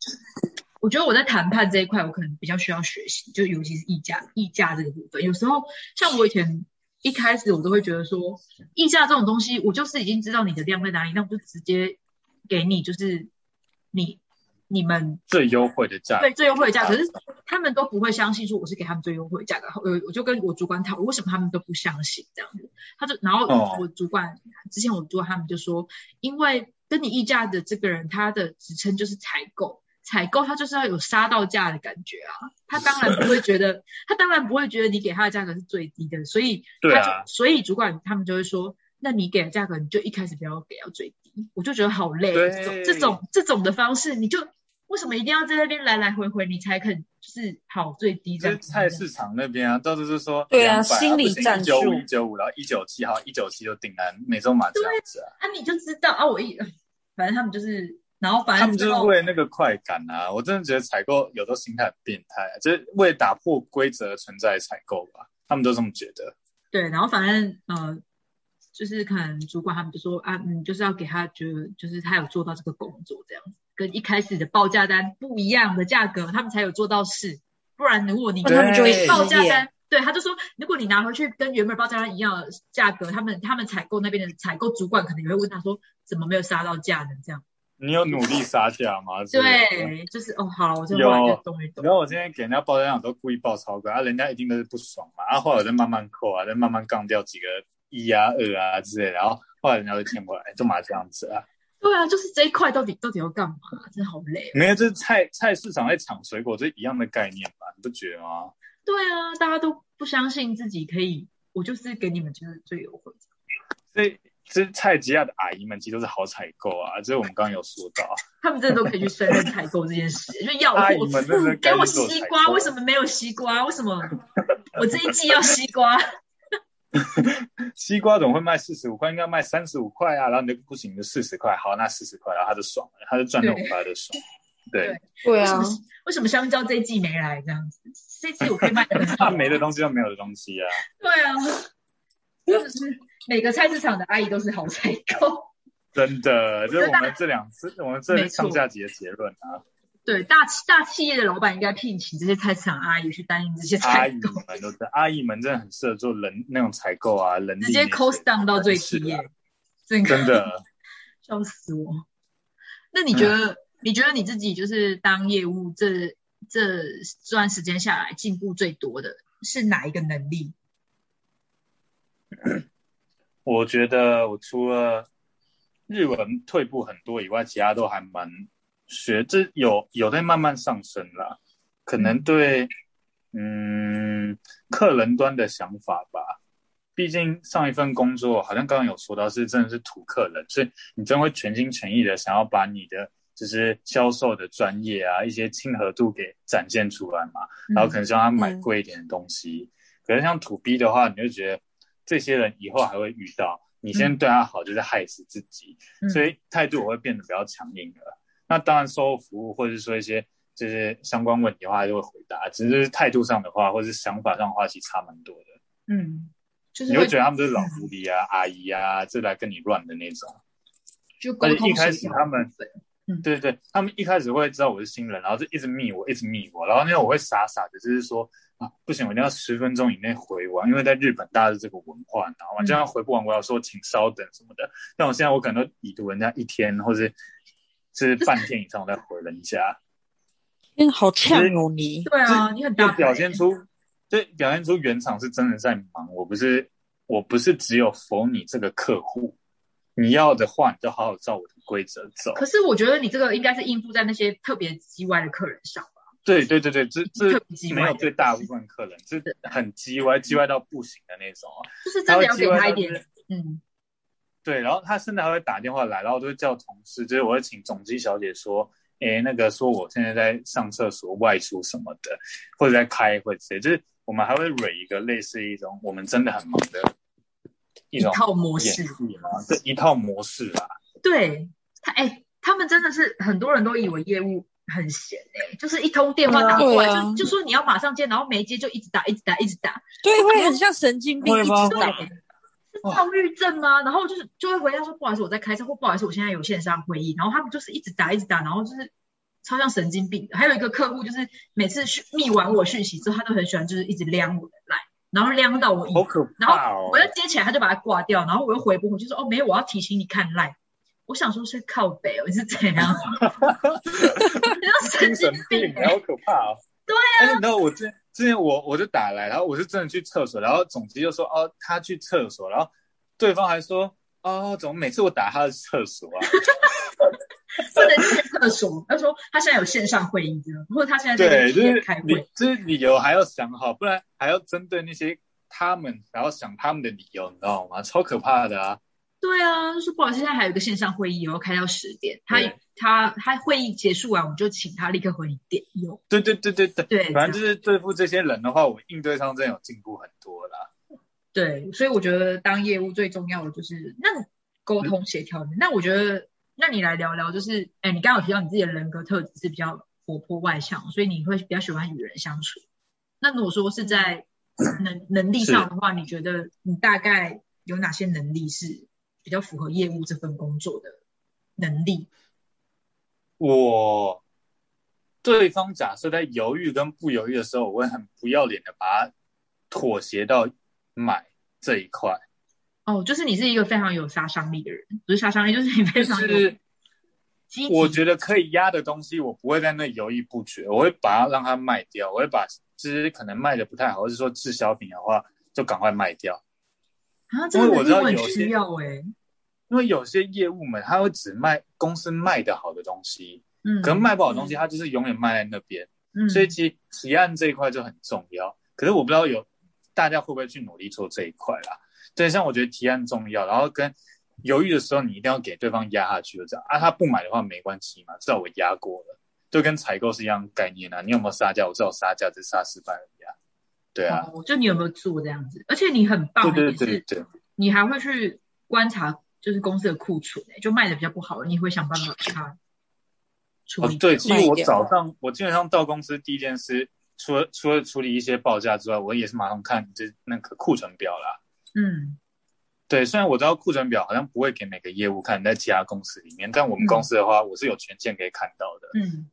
[SPEAKER 1] 我觉得我在谈判这一块，我可能比较需要学习，就尤其是议价议价这个部分。有时候像我以前一开始我都会觉得说，议价这种东西，我就是已经知道你的量在哪里，那我就直接给你，就是你你们
[SPEAKER 3] 最优惠的价格
[SPEAKER 1] 对最优惠的价，可是他们都不会相信说我是给他们最优惠的价格。呃，我就跟我主管讨论，为什么他们都不相信这样子？他就然后
[SPEAKER 3] 哦
[SPEAKER 1] 我主管、之前我主管他们就说，因为跟你议价的这个人，他的职称就是采购。采购他就是要有杀到价的感觉啊，他当然不会觉得， *laughs* 他当然不会觉得你给他的价格是最低的，所以
[SPEAKER 3] 对
[SPEAKER 1] 他就
[SPEAKER 3] 啊
[SPEAKER 1] 所以主管他们就会说，那你给的价格你就一开始不要给到最低，我就觉得好累，
[SPEAKER 3] 对
[SPEAKER 1] 这种这种这种的方式，你就为什么一定要在那边来来回回，你才肯就是跑最低这
[SPEAKER 3] 就
[SPEAKER 1] 样？
[SPEAKER 3] 是菜市场那边啊，到处是说
[SPEAKER 2] 对啊
[SPEAKER 3] 200
[SPEAKER 2] 心理战术
[SPEAKER 3] 一九五，然后一九七，好一九七就订单，每周码这样子啊。
[SPEAKER 1] 啊，你就知道啊，我一反正他们就是，然后反
[SPEAKER 3] 他
[SPEAKER 1] 正
[SPEAKER 3] 们就
[SPEAKER 1] 之
[SPEAKER 3] 是
[SPEAKER 1] 后
[SPEAKER 3] 为了那个快感啊！我真的觉得采购有时候心态很变态、啊，就是为了打破规则存在的采购吧。他们都这么觉得。
[SPEAKER 1] 对，然后反正呃，就是可能主管他们就说啊，嗯，就是要给他觉得就是他有做到这个工作这样子，跟一开始的报价单不一样的价格，他们才有做到事。不然如果你
[SPEAKER 2] 不哦然他们就会
[SPEAKER 1] 你报价
[SPEAKER 2] 失业
[SPEAKER 1] 单，对，他就说如果你拿回去跟原本报价单一样的价格，他们他们采购那边的采购主管可能也会问他说怎么没有杀到价呢？这样
[SPEAKER 3] 你有努力杀价
[SPEAKER 1] *laughs*
[SPEAKER 3] 吗？之类的。
[SPEAKER 1] 对，就是哦，好了，我这后来就
[SPEAKER 3] 有
[SPEAKER 1] 终于懂
[SPEAKER 3] 然。后我今天给人家报价，我都故意报超高，啊，人家一定都是不爽嘛。啊，后来我再慢慢扣啊，再慢慢杠掉几个一啊、二啊之类的，然后后来人家就牵过来，干嘛这样子啊？
[SPEAKER 1] 对啊，就是这一块到底到底要干嘛？真的好累、哦。
[SPEAKER 3] 没有，就是菜菜市场在抢水果，这一样的概念吧？你不觉得吗？
[SPEAKER 1] 对啊，大家都不相信自己可以，我就是给你们就是最优惠。
[SPEAKER 3] 所以，这菜吉亚的阿姨们其实都是好采购啊，这是我们刚刚有说到。
[SPEAKER 1] 他们真的都可以去胜任采购这件事，就
[SPEAKER 3] *laughs*
[SPEAKER 1] 要
[SPEAKER 3] 阿姨
[SPEAKER 1] 货
[SPEAKER 3] 哎们真的
[SPEAKER 1] 给
[SPEAKER 3] 该
[SPEAKER 1] 我
[SPEAKER 3] 去做
[SPEAKER 1] 西
[SPEAKER 3] 采
[SPEAKER 1] 瓜，
[SPEAKER 3] 购
[SPEAKER 1] 为什么没有西瓜？为什
[SPEAKER 3] *laughs*
[SPEAKER 1] 么我这一季要西瓜？
[SPEAKER 3] 西瓜怎么会卖四十五块？应该卖三十五块啊！然后你就不行，你就四十块，好，那四十块，然后他就爽了，他就赚那五块他就爽。对，
[SPEAKER 2] 对
[SPEAKER 1] 为什
[SPEAKER 2] 啊
[SPEAKER 1] 么，为什么香蕉这一季没来？这样子，这一季我可以卖的很好
[SPEAKER 3] 他。 *laughs* 没的东西就没有的东西啊。
[SPEAKER 1] 对啊，真的是每个菜市场的阿姨都是好采购。
[SPEAKER 3] 真的，这
[SPEAKER 1] 觉
[SPEAKER 3] 是
[SPEAKER 1] 得
[SPEAKER 3] 我
[SPEAKER 1] 大
[SPEAKER 3] 们这两次，我们这
[SPEAKER 1] 没错
[SPEAKER 3] 上下集的结论
[SPEAKER 1] *laughs*
[SPEAKER 3] 啊。
[SPEAKER 1] 对，大企大企业的老板应该聘请这些菜市场阿姨去担任这些
[SPEAKER 3] 阿
[SPEAKER 1] 采
[SPEAKER 3] 姨
[SPEAKER 1] 购，
[SPEAKER 3] 们都是，阿姨们真的很适合做人那种采购啊，人力
[SPEAKER 1] 直接
[SPEAKER 3] 那些
[SPEAKER 1] cost down 到最
[SPEAKER 3] 是
[SPEAKER 1] 低
[SPEAKER 3] 啊
[SPEAKER 1] 耶，真的
[SPEAKER 3] 真的，
[SPEAKER 1] *laughs* 笑死我。那你觉
[SPEAKER 3] 嗯
[SPEAKER 1] 得，你觉得你自己就是当业务这这这段时间下来进步最多的是哪一个能力？
[SPEAKER 3] 我觉得我除了日文退步很多以外，其他都还蛮学，这有有在慢慢上升啦。可能对，嗯，客人端的想法吧。毕竟上一份工作好像刚刚有说到，是真的是土客人，所以你真会全心全意的想要把你的就是销售的专业啊，一些亲和度给展现出来嘛。然后可能
[SPEAKER 1] 嗯
[SPEAKER 3] 叫他买贵一点的东西。可是像土逼的话，你就觉得这些人以后还会遇到，你先对他好，就是害死自己。
[SPEAKER 1] 嗯
[SPEAKER 3] 所以态度我会变得比较强硬了。那当然，售后服务或者是说一些就是相关问题的话，他就会回答。只是就是态度上的话，或是想法上的话，其实差蛮多的。
[SPEAKER 1] 嗯，就是
[SPEAKER 3] 你会
[SPEAKER 1] 会嗯
[SPEAKER 3] 觉得他们就是老狐狸啊、阿姨啊，这来跟你乱的那种。
[SPEAKER 1] 就沟
[SPEAKER 3] 而且
[SPEAKER 1] 通
[SPEAKER 3] 一开
[SPEAKER 1] 协
[SPEAKER 3] 始
[SPEAKER 1] 调
[SPEAKER 3] 他们
[SPEAKER 1] 部分，
[SPEAKER 3] 对对，对，他们一开始会知道我是新人，然后就一直密我，一直密我，然后那我会傻傻的，就是说啊，不行，我一定要十分钟以内回完，因为在日本大家是这个文化，你知道吗？
[SPEAKER 1] 嗯
[SPEAKER 3] 这样回不完，我要说请稍等什么的。但我现在我可能都已读人家一天，或是是半天以上，我再回人家，
[SPEAKER 2] 嗯，好呛哦你。
[SPEAKER 1] 对啊，你很
[SPEAKER 3] 就
[SPEAKER 1] 大
[SPEAKER 3] 表
[SPEAKER 1] 牌
[SPEAKER 3] 现出，对，表现出原厂是真的在忙，我不是我不是只有否你这个客户，你要的话，你就好好照我的规则走。
[SPEAKER 1] 可是我觉得你这个应该是应付在那些特别叽歪的客人上吧，
[SPEAKER 3] 对对对对，这这
[SPEAKER 1] 特别叽
[SPEAKER 3] 没
[SPEAKER 1] 歪
[SPEAKER 3] 有
[SPEAKER 1] 的
[SPEAKER 3] 对大部分客人，是很叽歪，叽歪到不行的那种哦。
[SPEAKER 1] 就是真
[SPEAKER 3] 他
[SPEAKER 1] 的
[SPEAKER 3] 会
[SPEAKER 1] 要给
[SPEAKER 3] 叽歪
[SPEAKER 1] 他一
[SPEAKER 3] 到就
[SPEAKER 1] 点
[SPEAKER 3] 是，
[SPEAKER 1] 嗯
[SPEAKER 3] 对，然后他甚至还会打电话来，然后我都会叫同事，就是我会请总机小姐说，诶，那个说我现在在上厕所、外出什么的，或者在开会之类，就是我们还会蕊一个类似一种我们真的很忙的一
[SPEAKER 1] 一
[SPEAKER 3] 种
[SPEAKER 1] 套模
[SPEAKER 3] 演
[SPEAKER 1] 式，
[SPEAKER 3] 戏嘛，这一套模式啊。
[SPEAKER 1] 对他哎、他们真的是很多人都以为业务很闲哎、就是一通电话打过
[SPEAKER 2] 对
[SPEAKER 1] 来、
[SPEAKER 2] 啊
[SPEAKER 1] 就就说你要马上接，然后没接就一直打一直打一直打，
[SPEAKER 2] 对，会很像神经病
[SPEAKER 3] 会
[SPEAKER 2] 一
[SPEAKER 3] 吗
[SPEAKER 2] 直
[SPEAKER 3] 会
[SPEAKER 2] 打。
[SPEAKER 1] 是躁郁症吗？然后就是就会回答说不好意思我在开车，或不好意思我现在有线上会议，然后他们就是一直打一直打，然后就是。超像神经病的，还有一个客户就是每次去密完我讯息之后，他都很喜欢就是一直撩我的来，然后撩到我以
[SPEAKER 3] 好可
[SPEAKER 1] 然
[SPEAKER 3] 怕
[SPEAKER 1] 后
[SPEAKER 3] 哦
[SPEAKER 1] 我！要接起来，他就把它挂掉，然后我又回不回，就说哦没有，我要提醒你看 line。我想说是靠北哦，你是怎样？
[SPEAKER 3] *laughs*
[SPEAKER 1] 你要神经
[SPEAKER 3] 精神
[SPEAKER 1] 病
[SPEAKER 3] 病，
[SPEAKER 1] 欸
[SPEAKER 3] 好可怕哦！对啊，然后我之之前我我就打来，然后我是真的去厕所，然后总机就说哦他去厕所，然后对方还说哦怎么每次我打他的厕所啊？
[SPEAKER 1] 不能去厕所。他说他现在有线上会议的，或者他现在在
[SPEAKER 3] 对，就
[SPEAKER 1] 跟别
[SPEAKER 3] 是
[SPEAKER 1] 人开
[SPEAKER 3] 你
[SPEAKER 1] 会。
[SPEAKER 3] 就是理由还要想好，不然还要针对那些他们，然后想他们的理由，你知道吗？超可怕的啊！
[SPEAKER 1] 对啊，就说不好意思，现在还有一个线上会议哦，开到十点。他
[SPEAKER 3] 对
[SPEAKER 1] 他他会议结束完，我们就请他立刻回你电邮。
[SPEAKER 3] 对对对对对，
[SPEAKER 1] 对，
[SPEAKER 3] 反正就是对付这些人的话，我应对上真的有进步很多啦。
[SPEAKER 1] 对，所以我觉得当业务最重要的就是那你沟
[SPEAKER 3] 嗯
[SPEAKER 1] 通协调。那我觉得，那你来聊聊，就是哎，你刚刚有提到你自己的人格特质是比较活泼外向，所以你会比较喜欢与人相处。那如果说是在能能力上的话，你觉得你大概有哪些能力是比较符合业务这份工作的能力？
[SPEAKER 3] 我对方假设在犹豫跟不犹豫的时候，我会很不要脸的把它妥协到买这一块，
[SPEAKER 1] 哦，就是你是一个非常有杀伤力的人，不是杀伤力，就是你非
[SPEAKER 3] 就
[SPEAKER 1] 常有
[SPEAKER 3] 是
[SPEAKER 1] 积极。
[SPEAKER 3] 我觉得可以压的东西，我不会在那犹豫不决，我会把它让它卖掉，我会把就是可能卖的不太好，或者说滞销品的话，就赶快卖掉。
[SPEAKER 1] 啊，
[SPEAKER 3] 因
[SPEAKER 1] 这
[SPEAKER 3] 为
[SPEAKER 1] 个
[SPEAKER 3] 我知道
[SPEAKER 1] 能力很
[SPEAKER 3] 有些
[SPEAKER 1] 需要哎、
[SPEAKER 3] 因为有些业务们他会只卖公司卖的好的东西，
[SPEAKER 1] 嗯，
[SPEAKER 3] 可能卖不好的东西，他就是永远卖在那边。
[SPEAKER 1] 嗯，
[SPEAKER 3] 所以其实提案这一块就很重要。可是我不知道有大家会不会去努力做这一块啦。对，像我觉得提案重要，然后跟犹豫的时候，你一定要给对方压下去，就这样啊，他不买的话没关系嘛，至少我压过了，就跟采购是一样的概念啊。你有没有杀价？我至少杀价，只杀失败而已啊。对啊，
[SPEAKER 1] 哦，就你有没有做这样子？而且你很棒，
[SPEAKER 3] 对对
[SPEAKER 1] 一点
[SPEAKER 3] 对
[SPEAKER 1] 是
[SPEAKER 3] 对，
[SPEAKER 1] 你还会去观察，就是公司的库存、欸，就卖的比较不好，你会想办法把它处
[SPEAKER 3] 哦
[SPEAKER 1] 理。，
[SPEAKER 3] 对，其
[SPEAKER 2] 慢
[SPEAKER 3] 实
[SPEAKER 2] 一
[SPEAKER 3] 我
[SPEAKER 2] 点
[SPEAKER 3] 早上我基本上到公司第一件事，除了除了处理一些报价之外，我也是马上看这那个库存表啦。
[SPEAKER 1] 嗯，
[SPEAKER 3] 对，虽然我知道库存表好像不会给每个业务看，在其他公司里面，但我们
[SPEAKER 1] 嗯
[SPEAKER 3] 公司的话，我是有权限可以看到的。
[SPEAKER 1] 嗯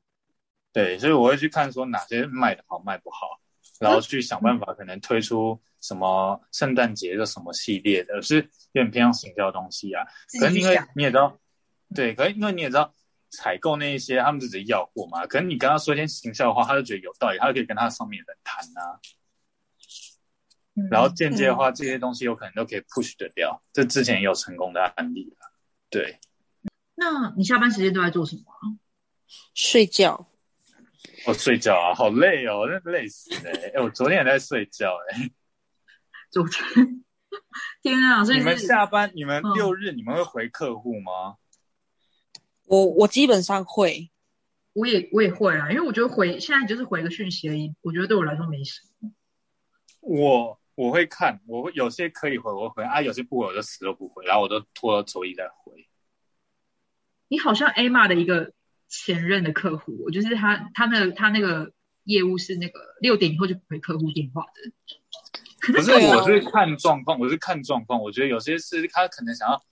[SPEAKER 3] 对，所以我会去看说哪些卖的好，卖不好，然后去想办法可能推出什么圣诞节的什么系列的，是有点偏向行销的东西啊。
[SPEAKER 1] 自
[SPEAKER 3] 可
[SPEAKER 1] 己去
[SPEAKER 3] 是因为
[SPEAKER 1] 想，
[SPEAKER 3] 你也知道，对，可是因为你也知道，采购那一些他们就只是要货嘛。可是你跟他说一些行销的话，他就觉得有道理，他就可以跟他上面的人谈啊。
[SPEAKER 1] 嗯
[SPEAKER 3] 然后间接的话，这些东西有可能都可以 push 得掉。这之前也有成功的案例啊。对，
[SPEAKER 1] 那你下班时间都在做什么啊？
[SPEAKER 2] 睡觉。
[SPEAKER 3] *laughs* 我睡觉啊，好累哦，真的累死了、欸。哎、
[SPEAKER 1] *laughs*
[SPEAKER 3] 我昨天也在睡觉哎、
[SPEAKER 1] 昨天， *laughs* 天啊！所以
[SPEAKER 3] 你们
[SPEAKER 1] 是
[SPEAKER 3] 下班，你们
[SPEAKER 1] 嗯
[SPEAKER 3] 六日你们会回客户吗？
[SPEAKER 2] 我我基本上会，
[SPEAKER 1] 我也我也会啊，因为我觉得回现在就是回个讯息而已，我觉得对我来说没什么。
[SPEAKER 3] 我我会看，我会有些可以回，我会回啊；有些不回，我就死都不回，然后我都拖到周一再回。
[SPEAKER 1] 你好像 A 玛的一个前任的客户，就是他他那个他那个业务是那个六点以后就不回客户电话的。
[SPEAKER 3] 不
[SPEAKER 1] 哦
[SPEAKER 3] 是，
[SPEAKER 2] 对啊
[SPEAKER 3] 我是看状况，我是看状况。我觉得有些事他可能想要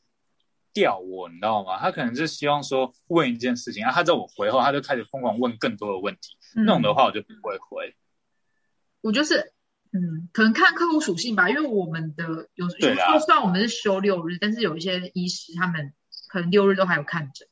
[SPEAKER 3] 吊我，你知道吗？他可能是希望说问一件事情，啊，他在我回后，他就开始疯狂问更多的问题。
[SPEAKER 1] 嗯
[SPEAKER 3] 那种的话，我就不会回。
[SPEAKER 1] 我就是，嗯，可能看客户属性吧，因为我们的有有
[SPEAKER 3] 对啊
[SPEAKER 1] 时
[SPEAKER 3] 啦
[SPEAKER 1] 候虽然我们是休六日，但是有一些医师他们可能六日都还有看诊，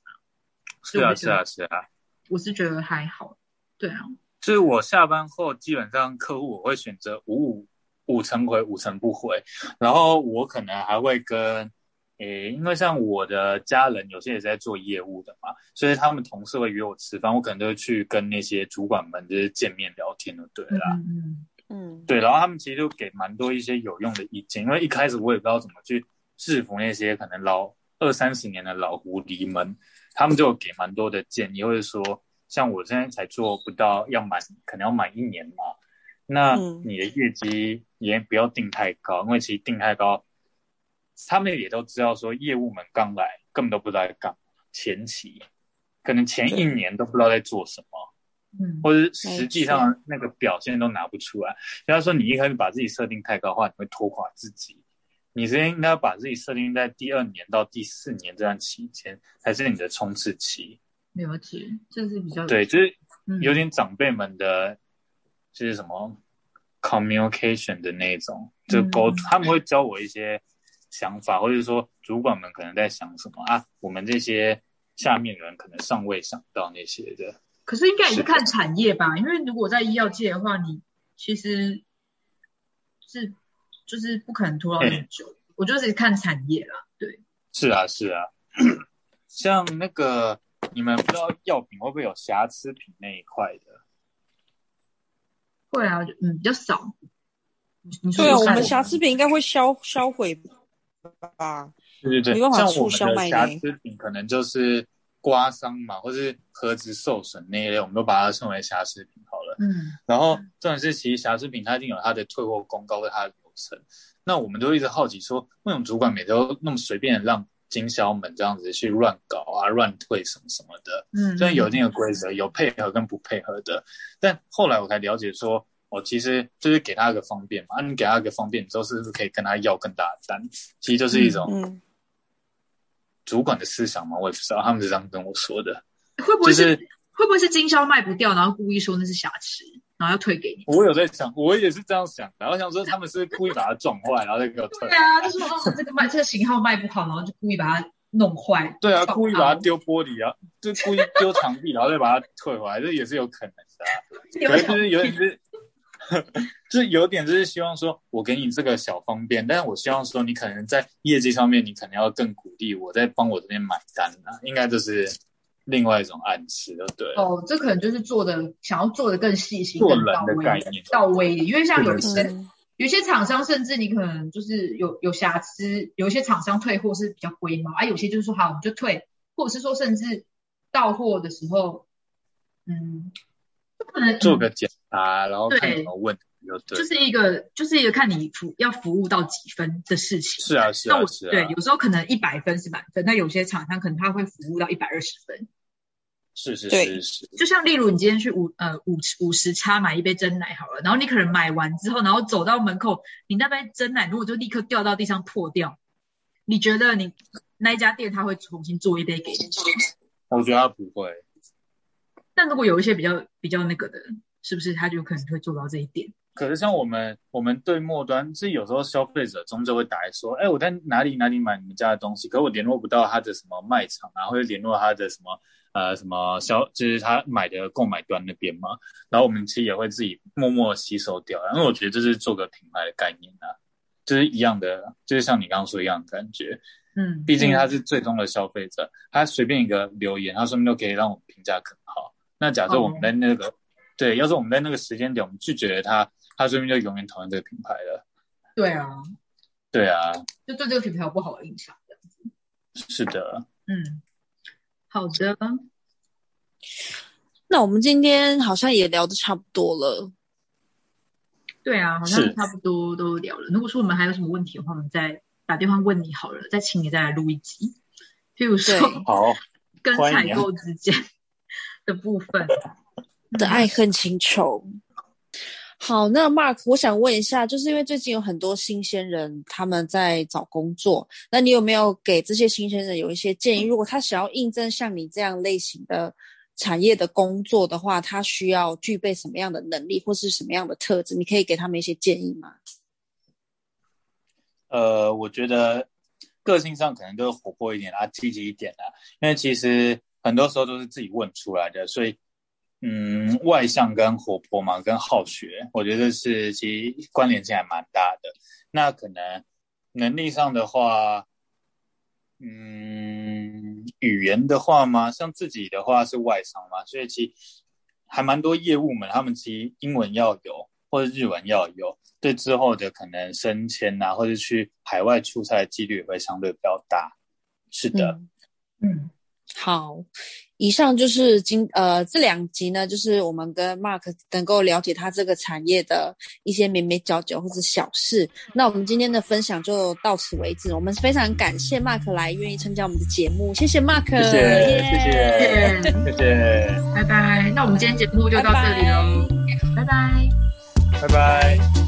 [SPEAKER 3] 是啊，
[SPEAKER 1] 对
[SPEAKER 3] 是啊，是啊。
[SPEAKER 1] 我是觉得还好。对啊，
[SPEAKER 3] 就是我下班后，基本上客户我会选择五五五成回，五成不回。然后我可能还会跟，诶，因为像我的家人有些也是在做业务的嘛，所以他们同事会约我吃饭，我可能都会去跟那些主管们就是见面聊天就对啊了。
[SPEAKER 1] 嗯嗯
[SPEAKER 2] 嗯，
[SPEAKER 3] 对，然后他们其实就给蛮多一些有用的意见，因为一开始我也不知道怎么去制服那些可能老二三十年的老狐狸们，他们就有给蛮多的建议，或者说像我现在才做不到，要满可能要满一年嘛，那
[SPEAKER 2] 嗯
[SPEAKER 3] 你的业绩也不要定太高，因为其实定太高，他们也都知道说业务们刚来根本都不知道在干嘛，前期可能前一年都不知道在做什么。
[SPEAKER 1] 嗯
[SPEAKER 3] 或者是实际上那个表现都拿不出来。比方说，你一开始把自己设定太高的话，你会拖垮自己。你之前应该把自己设定在第二年到第四年这段期间，才是你的冲刺期。
[SPEAKER 1] 了解，这是比较
[SPEAKER 3] 对，就是
[SPEAKER 1] 嗯
[SPEAKER 3] 有点长辈们的，就是什么 communication 的那种，就沟、
[SPEAKER 1] 嗯
[SPEAKER 3] 他们会教我一些想法，或者说主管们可能在想什么啊，我们这些下面人可能尚未想到那些的。
[SPEAKER 1] 可是应该也是
[SPEAKER 3] 是的
[SPEAKER 1] 看产业吧，因为如果在医药界的话，你其实是就是不可能拖到那么久。
[SPEAKER 3] 嗯
[SPEAKER 1] 我就是看产业啦，对，
[SPEAKER 3] 是啊，是啊， *clears throat* 像那个你们不知道药品会不会有瑕疵品那一块的？
[SPEAKER 1] 会啊，就嗯，比较少。你你说
[SPEAKER 2] 对啊，
[SPEAKER 1] 说
[SPEAKER 2] 我
[SPEAKER 1] 看
[SPEAKER 2] 们瑕疵品应该会销销毁吧？
[SPEAKER 3] 对对对，
[SPEAKER 2] 没办法
[SPEAKER 3] 像我
[SPEAKER 2] 促销
[SPEAKER 3] 们的
[SPEAKER 2] 卖
[SPEAKER 3] 瑕
[SPEAKER 2] 呢
[SPEAKER 3] 疵品可能就是刮伤嘛，或是盒子受损那一类，我们都把它称为瑕疵品好了。
[SPEAKER 1] 嗯
[SPEAKER 3] 然后重点是，其实瑕疵品它一定有它的退货公告和它的流程。那我们都一直好奇说，为什么主管每次都那么随便地让经销们这样子去乱搞啊、乱退什么什么的？
[SPEAKER 1] 嗯，
[SPEAKER 3] 虽然有一定的规则，有配合跟不配合的，但后来我才了解说，哦，其实就是给他一个方便嘛，啊、你给他一个方便之后，是不是可以跟他要更大的单？其实就是一种
[SPEAKER 2] 嗯，
[SPEAKER 3] 主管的思想嘛，我也不知道，他们是这样跟我说的。
[SPEAKER 1] 会不会、
[SPEAKER 3] 就是是
[SPEAKER 1] 会不会是经销卖不掉，然后故意说那是瑕疵，然后要退给你？
[SPEAKER 3] 我有在想，我也是这样想的，然后想说他们是故意把它撞坏，然后再给我退
[SPEAKER 1] 对。啊，就说哦，这个卖这个型号卖不好，然后就故意把它弄坏。
[SPEAKER 3] 对啊，
[SPEAKER 1] *laughs* 撞
[SPEAKER 3] 故意把它
[SPEAKER 1] 到
[SPEAKER 3] 丢玻璃啊，就故意丢墙壁，然后再把它退回来，这也是有可能的、啊。
[SPEAKER 1] 丢
[SPEAKER 3] 可能
[SPEAKER 1] 墙
[SPEAKER 3] 就是有点是， *laughs* 就有点就是希望说我给你这个小方便，但是我希望说你可能在业绩上面你可能要更鼓励我在帮我这边买单啊，应该就是另外一种暗示，就对了。
[SPEAKER 1] 哦，这可能就是做的想要做的更细心、
[SPEAKER 3] 做
[SPEAKER 1] 更
[SPEAKER 3] 人
[SPEAKER 1] 到
[SPEAKER 3] 的
[SPEAKER 1] 位
[SPEAKER 3] 概
[SPEAKER 1] 一点
[SPEAKER 3] 念
[SPEAKER 1] 到位一点，因为像有一
[SPEAKER 3] 对
[SPEAKER 1] 些有些厂商，甚至你可能就是有有瑕疵，有一些厂商退货是比较龟毛，啊，有些就是说好我们就退，或者是说甚至到货的时候，嗯，就可能
[SPEAKER 3] 做
[SPEAKER 1] 嗯
[SPEAKER 3] 个检查，然后看有没有问题，就对
[SPEAKER 1] 就
[SPEAKER 3] 了。
[SPEAKER 1] 是一个就是一个看你服要服务到几分的事情。
[SPEAKER 3] 是啊，是
[SPEAKER 1] 那
[SPEAKER 3] 啊
[SPEAKER 1] 我，
[SPEAKER 3] 是啊，
[SPEAKER 1] 对，有时候可能一百分是满分，那有些厂商可能他会服务到一百二十分。
[SPEAKER 3] 是是
[SPEAKER 2] 对
[SPEAKER 3] 是是，
[SPEAKER 1] 就像例如你今天去五呃五五十叉买一杯真奶好了，然后你可能买完之后，然后走到门口，你那杯真奶如果就立刻掉到地上破掉，你觉得你那一家店他会重新做一杯给你？
[SPEAKER 3] 我觉得他不会。
[SPEAKER 1] 但如果有一些比较比较那个的，是不是他就可能会做到这一点？
[SPEAKER 3] 可是像我们，我们对末端是有时候消费者终究会打来说，哎，我在哪里哪里买你们家的东西，可我联络不到他的什么卖场啊，或者联络他的什么呃什么消，就是他买的购买端那边嘛。然后我们其实也会自己默默吸收掉，因为我觉得这是做个品牌的概念啊，就是一样的，就是像你刚刚说一样的感觉。
[SPEAKER 1] 嗯，
[SPEAKER 3] 毕竟他是最终的消费者，他随便一个留言，他说不定都可以让我们评价更好。那假设我们在那个、对，要是我们在那个时间点，我们拒绝了他，他说不定就永远讨厌这个品牌了。
[SPEAKER 1] 对啊，
[SPEAKER 3] 对啊，
[SPEAKER 1] 就对这个品牌有不好的印象的。
[SPEAKER 3] 是的，
[SPEAKER 1] 嗯，好的，
[SPEAKER 2] 那我们今天好像也聊得差不多了。
[SPEAKER 1] 对啊，好像
[SPEAKER 3] 是
[SPEAKER 1] 差不多都聊了。如果说我们还有什么问题的话，我们再打电话问你好了，再请你再来录一集。譬如说
[SPEAKER 2] 对。
[SPEAKER 3] 好，
[SPEAKER 1] *laughs* 跟
[SPEAKER 3] 欢
[SPEAKER 1] 采
[SPEAKER 3] 迎
[SPEAKER 1] 购之间的部分。
[SPEAKER 2] 的爱恨情仇。好，那 Mark，我想问一下，就是因为最近有很多新鲜人他们在找工作，那你有没有给这些新鲜人有一些建议？如果他想要应征像你这样类型的产业的工作的话，他需要具备什么样的能力或是什么样的特质？你可以给他们一些建议吗？
[SPEAKER 3] 呃，我觉得个性上可能都活泼一点啊，积极一点啊，因为其实很多时候都是自己问出来的，所以嗯，外向跟活泼嘛，跟好学，我觉得是其实关联性还蛮大的。那可能能力上的话，嗯，语言的话嘛，像自己的话是外商嘛，所以其实还蛮多业务们，他们其实英文要有，或者日文要有，对之后的可能升迁啊，或者去海外出差的几率也会相对比较大。是的，
[SPEAKER 2] 嗯
[SPEAKER 1] 嗯，
[SPEAKER 2] 好，以上就是今呃这两集呢，就是我们跟 Mark 能够了解他这个产业的一些眉眉角角或者小事。那我们今天的分享就到此为止，我们非常感谢 Mark 来愿意参加我们的节目，谢谢 Mark，
[SPEAKER 3] 谢谢，谢
[SPEAKER 1] 谢
[SPEAKER 3] 谢， *laughs*
[SPEAKER 1] 谢，
[SPEAKER 3] 谢谢，
[SPEAKER 1] 拜拜。那我们今天节目就到这里喽，拜拜。
[SPEAKER 3] 拜拜。